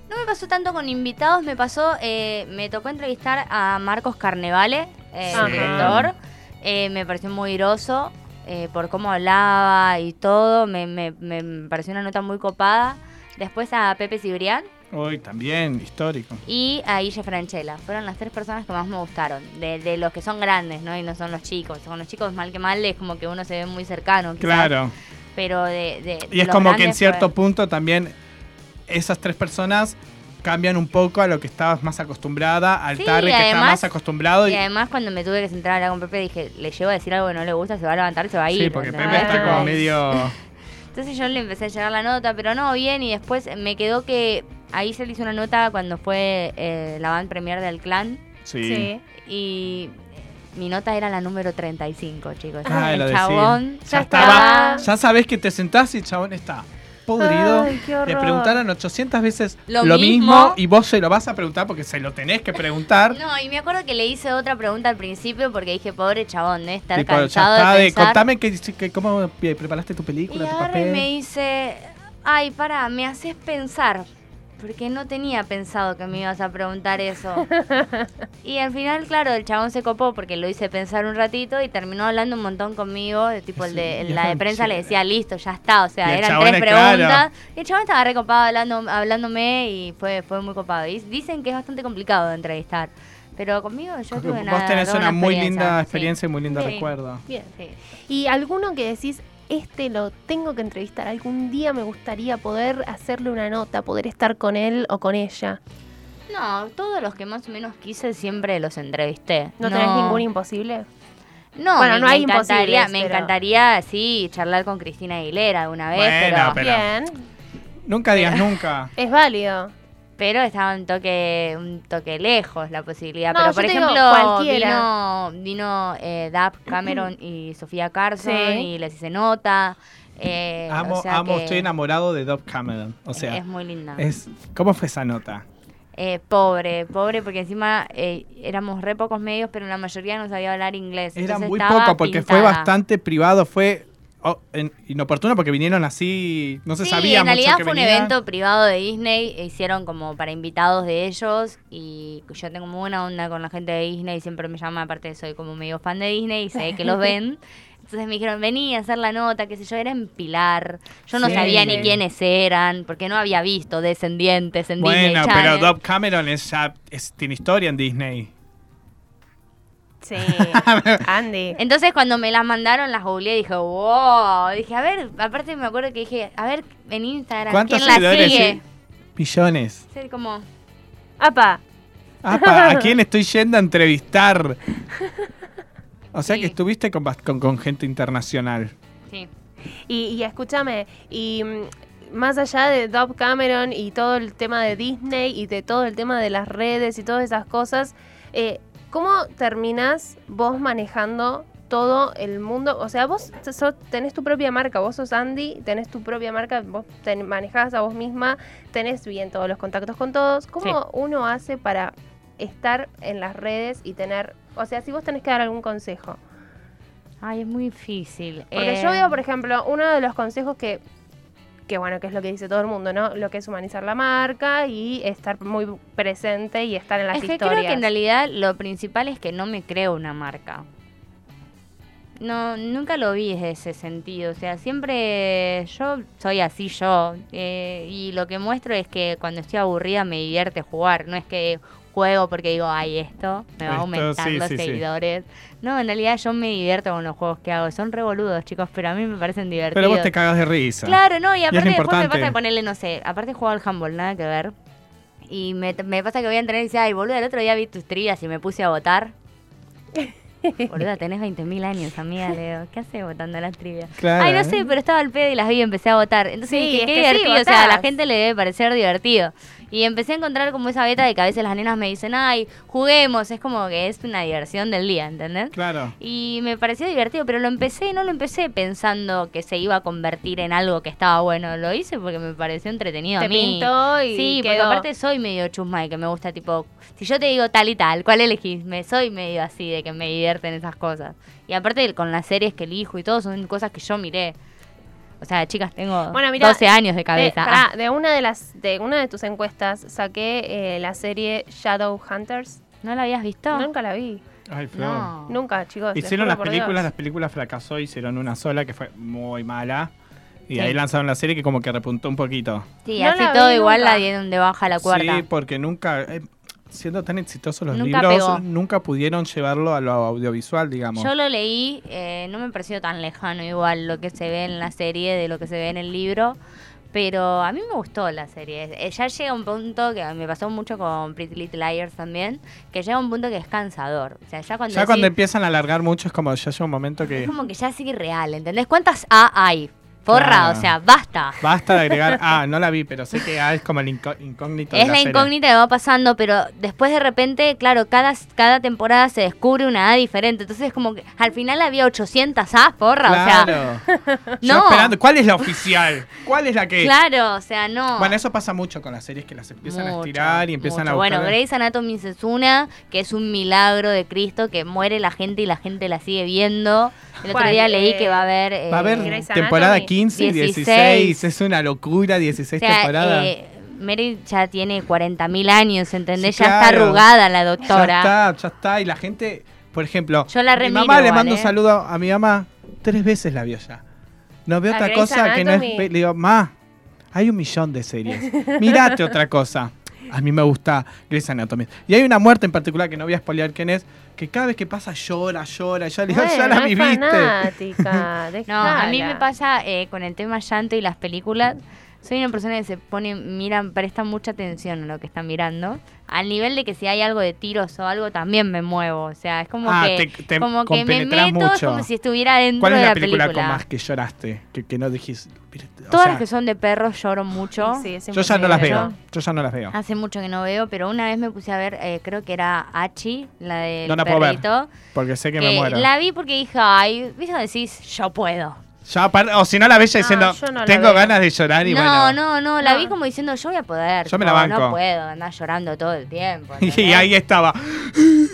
No me pasó tanto con invitados, me pasó, eh, me tocó entrevistar a Marcos Carnevale, eh, Sí. el director. Eh, me pareció muy groso eh, por cómo hablaba y todo, me, me- me pareció una nota muy copada. Después a Pepe Cibrián Hoy también, histórico. y a Guille Franchella. Fueron las tres personas que más me gustaron, de, de los que son grandes, ¿no? Y no son los chicos. Con los chicos, mal que mal, es como que uno se ve muy cercano, quizás, Claro. Pero de, de- Y es los como que en grandes cierto fue- punto también esas tres personas cambian un poco a lo que estabas más acostumbrada, al Sí, Tarry y que estaba además- más acostumbrado. Y además cuando me tuve que sentar a hablar con Pepe dije, le llevo a decir algo que no le gusta, se va a levantar, y se va a ir. sí, porque ¿entendés? Pepe está como Ay. medio... Entonces yo le empecé a llegar la nota, pero no, bien, y después me quedó que ahí se le hizo una nota cuando fue eh, la van premier del clan Sí. y mi nota era la número 35, chicos. Ah, el lo decía. chabón Ya estaba. Ya sabes que te sentás y el chabón está podrido. Ay, qué horror. Le preguntaron 800 veces lo, Lo mismo. mismo. y vos se lo vas a preguntar porque se lo tenés que preguntar. No, y me acuerdo que le hice otra pregunta al principio porque dije, pobre chabón, debe estar Tipo, ya cansado está, de, de, pensar. contame que, que cómo pre- preparaste tu Y película, tu agarra y papel. me dice, ay, pará, me haces pensar, porque no tenía pensado que me ibas a preguntar eso. y al final, claro, el chabón se copó porque lo hice pensar un ratito y terminó hablando un montón conmigo, de tipo el de Sí, el- la de ya, prensa sí. le decía, listo, ya está, o Y sea, el eran chabón tres es claro. preguntas. Y el chabón estaba recopado hablando, hablándome y fue, fue muy copado. Y dicen que es bastante complicado de entrevistar. Pero conmigo yo tuve Vos nada. tenés tuve una muy linda sí. experiencia y muy lindo Sí. recuerdo. Bien. Sí. ¿Y alguno que decís, este lo tengo que entrevistar? Algún día me gustaría poder hacerle una nota, poder estar con él o con ella. No, todos los que más o menos quise siempre los entrevisté. ¿No, tenés ningún imposible? No, Bueno, me, no me hay encantaría, imposibles, me pero- encantaría, sí, charlar con Cristina Aguilera alguna vez, Bueno, pero, pero- Bien, Nunca digas nunca. es válido. pero estaba un toque, un toque lejos la posibilidad. No, pero yo por te digo, ejemplo, cualquiera. vino, vino eh, Dap Cameron y Sofía Carson Sí. y les hice nota. eh, o amo, sea amo, que estoy enamorado de Dob Cameron. O sea, es muy linda. es, ¿cómo fue esa nota? eh, pobre, pobre, porque encima eh, éramos re pocos medios, pero la mayoría no sabía hablar inglés. Era entonces muy estaba poco porque fue pintada. bastante privado, fue oh, en- inoportuno porque vinieron así, no se Sí, sabía mucho en realidad que fue un venían. evento privado de Disney, e hicieron como para invitados de ellos y yo tengo muy buena onda con la gente de Disney, siempre me llama, aparte soy como medio fan de Disney y sé que los ven. Entonces me dijeron, vení a hacer la nota, qué sé yo, era en Pilar. Yo no Sí. sabía ni quiénes eran, porque no había visto Descendientes en Disney Bueno, pero Channel. Bob Cameron es ya es- tiene historia en Disney. Sí. Andy. Entonces cuando me las mandaron las googleé y dije, wow, dije, a ver, aparte me acuerdo que dije, a ver en Instagram, ¿Cuántos ¿quién la seguidores? sigue? Millones. Sí, como, Apa. Apa, ¿A quién estoy yendo a entrevistar? O sea Sí. que estuviste con, bas- con, con gente internacional. sí. Y, y escúchame, y mm, más allá de Dob Cameron y todo el tema de Disney y de todo el tema de las redes y todas esas cosas, eh, ¿cómo terminás vos manejando todo el mundo? O sea, vos t- so- tenés tu propia marca, vos sos Andy, tenés tu propia marca, vos te manejás a vos misma, tenés bien todos los contactos con todos. ¿Cómo Sí. uno hace para estar en las redes y tener... O sea, si vos tenés que dar algún consejo. Ay, es muy difícil. Porque Eh, yo veo, por ejemplo, uno de los consejos que, que bueno, que es lo que dice todo el mundo, ¿no? Lo que es humanizar la marca y estar muy presente y estar en las Es que historias. creo que en realidad lo principal es que no me creo una marca. No, nunca lo vi desde ese sentido. O sea, siempre yo soy así yo. eh, y lo que muestro es que cuando estoy aburrida me divierte jugar. No es que juego porque digo, ay, esto me va a Esto, aumentar sí, los sí, sí. seguidores. No, en realidad yo me divierto con los juegos que hago. Son revoludos, chicos, pero a mí me parecen divertidos. Pero vos te cagas de risa. Claro, no, y aparte después me importante. pasa de ponerle, no sé, aparte juego al handball, nada que ver. Y me, me pasa que voy a entrenar y dice, ay, boludo, el otro día vi tus trías y me puse a votar. Boluda, tenés 20.000 años, amiga, Leo. ¿Qué haces votando las trivias? Claro, Ay, no ¿eh? sé, pero estaba al pedo y las vi y empecé a votar. Entonces Sí, dije, es qué que sí, divertido, o sea, a la votás. gente le debe parecer divertido. Y empecé a encontrar como esa beta de que a veces las nenas me dicen, ay, juguemos. Es como que es una diversión del día, ¿entendés? Claro. Y me pareció divertido, pero lo empecé, no lo empecé pensando que se iba a convertir en algo que estaba bueno. Lo hice porque me pareció entretenido Te a mí. pintó y Sí, porque quedó. aparte soy medio chusma y que me gusta, tipo, si yo te digo tal y tal, ¿cuál elegís? Me soy medio así de que me divierten esas cosas. Y aparte con las series que elijo y todo, son cosas que yo miré. O sea, chicas, tengo Bueno, mirá, 12 años de De, cabeza. pará, Ah, de una de las de una de tus encuestas saqué eh, la serie Shadowhunters. ¿No la habías visto? Nunca la vi. Ay, Flor. No. Nunca, chicos. les Ah. Hicieron juro las por películas, Dios. las películas fracasó, hicieron una sola que fue muy mala. Y Sí. ahí lanzaron la serie que como que repuntó un poquito. Sí, No así la todo vi igual nunca. la dieron de baja la cuerda. Sí, porque nunca, eh, siendo tan exitosos los Nunca libros, pegó. nunca pudieron llevarlo a lo audiovisual, digamos. Yo lo leí, eh, no me pareció tan lejano igual lo que se ve en la serie de lo que se ve en el libro, pero a mí me gustó la serie. Eh, Ya llega un punto que me pasó mucho con Pretty Little Liars también, que llega un punto que es cansador. O sea, ya cuando, ya decís- cuando empiezan a alargar mucho es como ya llega un momento es que como que ya es irreal, ¿entendés? ¿Cuántas A hay? Porra, Claro. o sea, basta. basta de agregar, ah, no la vi, pero sé que ah, es como el inco- incógnito. de Es la serie. incógnita que va pasando, pero después de repente, claro, cada, cada temporada se descubre una A diferente. Entonces es como que al final había 800 A, porra. O sea, Claro. Yo no. esperando, ¿cuál es la oficial? ¿Cuál es la que? claro, o sea, no. Bueno, eso pasa mucho con las series que las empiezan a Mucho, estirar y empiezan mucho. a buscar. Bueno, Grey's Anatomy es una que es un milagro de Cristo que muere la gente y la gente la sigue viendo. El otro ¿Cuál? día leí que va a Eh, haber. Va a haber eh, Grey's temporada Anatomy. 15 y 16. 16. Es una locura, 16 o sea, temporadas. eh, Mary ya tiene 40.000 años, ¿entendés? Sí, ya está claro. arrugada la ya doctora. está, ya está. Y la gente, por ejemplo, Yo la mi remiro mamá le igual, mando un ¿eh? saludo a mi mamá. Tres veces la vio ya. No veo A otra Grey's cosa que no es. Anatomy. Le digo, ma, hay un millón de series. Mirate otra cosa. A mí me gusta Grey's Anatomy. Y hay una muerte en particular que no voy a spoilear quién es, que cada vez que pasa llora, llora. Ya, le digo, Bueno, ya la no es viviste. fanática, No, a mí me dejala. pasa eh, con el tema llanto y las películas. Soy una persona que se pone, mira, presta mucha atención a lo que está mirando. Al nivel de que si hay algo de tiros o algo, también me muevo. O sea, es como Ah, que, te- te como que me meto, compenetrás es mucho. como si estuviera dentro ¿Cuál es de la la película, película. con más que lloraste? Que, que no dijiste. "Mira, o Todas sea, las que son de perros lloro mucho. Sí, es Yo ya no las imposible, veo. Yo ya no las veo. Hace mucho que no veo, pero una vez me puse a ver, eh, creo que era Hachi, la del No la puedo ver. perrito. Porque sé que que me muero. La vi porque dije, ay, ¿viste? Decís, yo puedo. Ya, aparte- o si no la ves ya No, diciendo, yo no la tengo veo. ganas de llorar y no, bueno. no, no, la No. vi como diciendo yo voy a poder. Yo me la tipo, banco. No puedo, andar llorando todo el tiempo. Y ¿entendés? ahí estaba.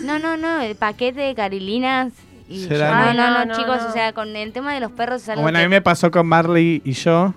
No, no, no, el paquete de carilinas. Y yo- ¿Será? no, Ay, no, no, no, no, chicos, no. o sea, con el tema de los perros es algo Bueno, a que- mí me pasó con Marley y yo.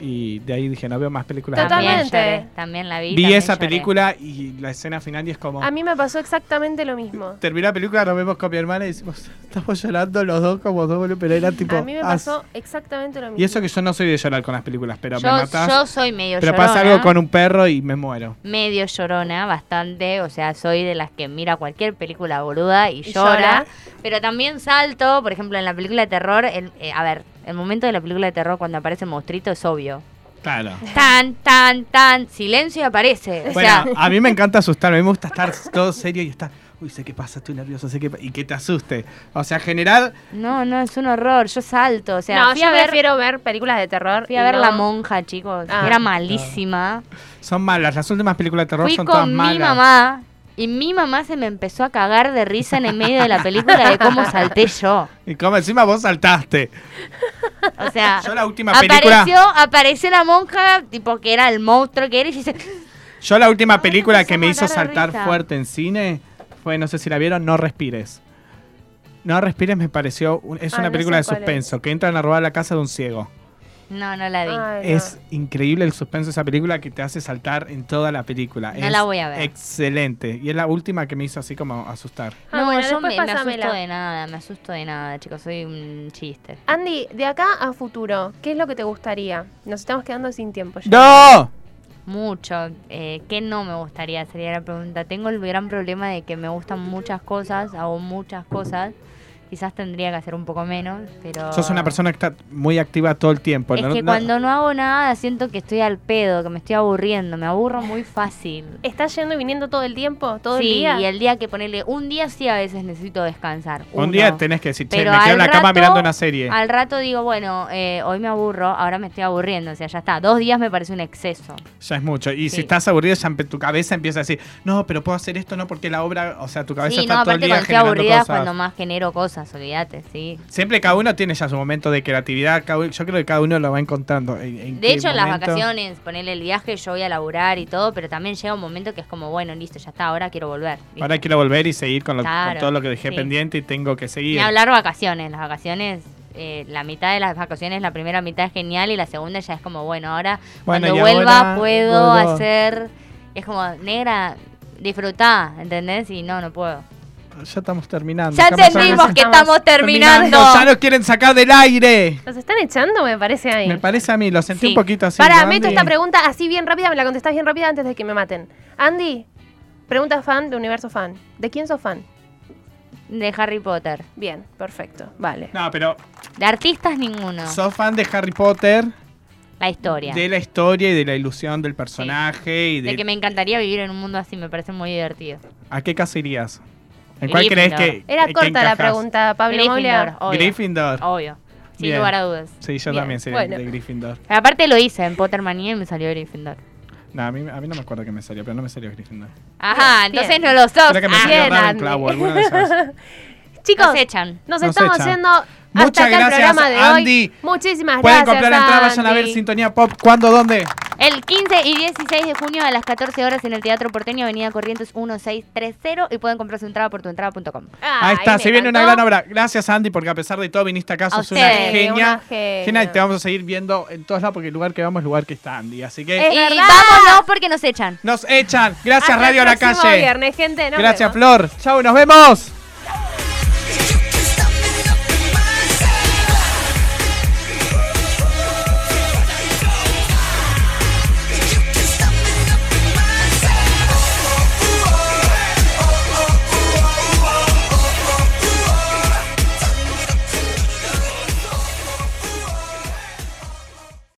Y de ahí dije, no veo más películas. de también terror. Totalmente. lloré, también la vi. Vi también esa lloré. película y la escena final y es como... A mí me pasó exactamente lo mismo. Termina la película, nos vemos con mi hermana y decimos, estamos llorando los dos como dos, boludo", pero era tipo... A mí me "Ah, pasó exactamente lo mismo. Y eso que yo no soy de llorar con las películas, pero me Yo, matas. yo soy medio pero llorona. pasa algo con un perro y me muero. Medio llorona, bastante. O sea, soy de las que mira cualquier película boluda y, Y llora. llora. Pero también salto, por ejemplo, en la película de terror. el- eh, a ver, el momento de la película de terror cuando aparece el monstruito es obvio. Claro. Tan, tan, tan. Silencio y aparece. O Bueno, sea, a mí me encanta asustarme, a mí me gusta estar todo serio y estar, uy, sé qué pasa, estoy nervioso, sé qué pa-", y que te asuste. O sea, generar, no, no, es un horror. Yo salto. O sea, no, fui yo a ver. prefiero ver películas de terror. Fui a y ver no- La Monja, chicos. Ah. Era malísima. son malas, las últimas películas de terror Fui son todas con malas. mi mamá y mi mamá se me empezó a cagar de risa en el medio de la película de cómo salté yo. Y como encima vos saltaste. O sea, Yo la última película, apareció, apareció la monja, tipo que era el monstruo que era, y dice, yo la última Ay, me película empezó que a me hizo matar de saltar risa. fuerte en cine fue, no sé si la vieron, No respires. No respires me pareció, un- es Ah, una no película sé de cuál es. suspenso, que entran a robar la casa de un ciego. no, no la vi. Ay, no. Es increíble el suspenso de esa película que te hace saltar en toda la película. No Es la voy a ver. Excelente. Y es la última que me hizo así como asustar. Ah, no, bueno, yo después me, me pásamela. asusto de nada, me asusto de nada, chicos, soy un chiste. Andy, de acá a futuro, ¿qué es lo que te gustaría? Nos estamos quedando sin tiempo. ya. ¡No! Ah. Mucho. Eh, ¿Qué no me gustaría? Sería la pregunta. Tengo el gran problema de que me gustan muchas cosas, hago muchas cosas. Quizás tendría que hacer un poco menos, pero... Sos una persona que está muy activa todo el tiempo. es no- que no- cuando no hago nada siento que estoy al pedo, que me estoy aburriendo, me aburro muy fácil. ¿Estás yendo y viniendo todo el tiempo? ¿Todo sí, el día? y el día que ponerle un día sí a veces necesito descansar. Un uno. día tenés que decir, che, Pero me quedo en al la cama rato- mirando una serie. Al rato digo, bueno, eh, hoy me aburro, ahora me estoy aburriendo, o sea, ya está. Dos días me parece un exceso. Ya es mucho. Y si Sí. estás aburrida, ya empe- tu cabeza empieza a decir, no, pero puedo hacer esto, no, porque la obra, o sea, tu cabeza sí, está no, todo el aparte día cuando estoy generando aburrida es cosas. cuando más genero cosas, olvídate, sí. Siempre cada uno tiene ya su momento de creatividad. cada uno- yo creo que cada uno lo va encontrando. en- en De qué hecho, en las momento. vacaciones, ponerle el viaje, yo voy a laburar y todo, pero también llega un momento que es como, bueno, listo, ya está, ahora quiero volver. ¿viste? Ahora quiero volver y seguir con, lo- con Claro, todo lo que dejé sí. pendiente y tengo que seguir. Ni hablar vacaciones, las vacaciones, eh, la mitad de las vacaciones, la primera mitad es genial y la segunda ya es como, bueno, ahora Bueno, y cuando vuelva ahora puedo puedo. hacer, es como, negra, disfrutá, ¿entendés? Y no, no puedo. Ya estamos terminando. Ya Acá me entendimos están que estamos terminando. Ya nos quieren sacar del aire. Nos están echando, me parece ahí. Me parece a mí, lo sentí Sí. un poquito así. Para, Andy. meto esta pregunta así bien rápida, me la contestás bien rápida antes de que me maten. Andy, pregunta fan de Universo Fan. ¿De quién sos fan? De Harry Potter. Bien, perfecto, vale. No, pero De artistas ninguno. sos fan de Harry Potter, la historia. de De, la historia y de la ilusión del personaje y de... que me encantaría vivir en un mundo así, me parece muy divertido. ¿A qué casa irías? ¿En cuál crees Gryffindor. que Era que corta la encajás? pregunta, Pablo Gryffindor, Molia. obvio. Gryffindor. Obvio. Sin Bien. lugar a dudas. Sí, yo Bien, también sería bueno. de Gryffindor. Aparte lo hice en Pottermanía y me salió Gryffindor. No, a mí, a mí no me acuerdo que me salió, pero no me salió Gryffindor. Ajá, Bien, entonces bien. no lo sos. Creo que me Ah, salió bien, Ravenclaw o Andy. alguna de esas. Chicos, nos echan. nos, nos estamos echan. haciendo hasta Muchas acá gracias, el programa de Andy. hoy. Muchísimas Pueden gracias. comprar la entrada, vayan a ver Andy. Sintonía Pop. ¿Cuándo? ¿Dónde? El 15 y 16 de junio a las 14 horas en el Teatro Porteño, Avenida Corrientes 1630 y pueden comprar su entrada por tuentrada.com. Ay, Ahí está, me se viene una encantó. gran obra. Gracias, Andy, porque a pesar de todo viniste acá, A sos una ustedes, genia. una genia. Genia, y te vamos a seguir viendo en todos lados, porque el lugar que vamos es el lugar que está Andy. Así que Es y verdad. vámonos porque nos echan. nos echan. Gracias, Eh. Hasta Radio el La próximo Calle. viernes, gente. nos Gracias, vemos. Flor. Chau, nos vemos.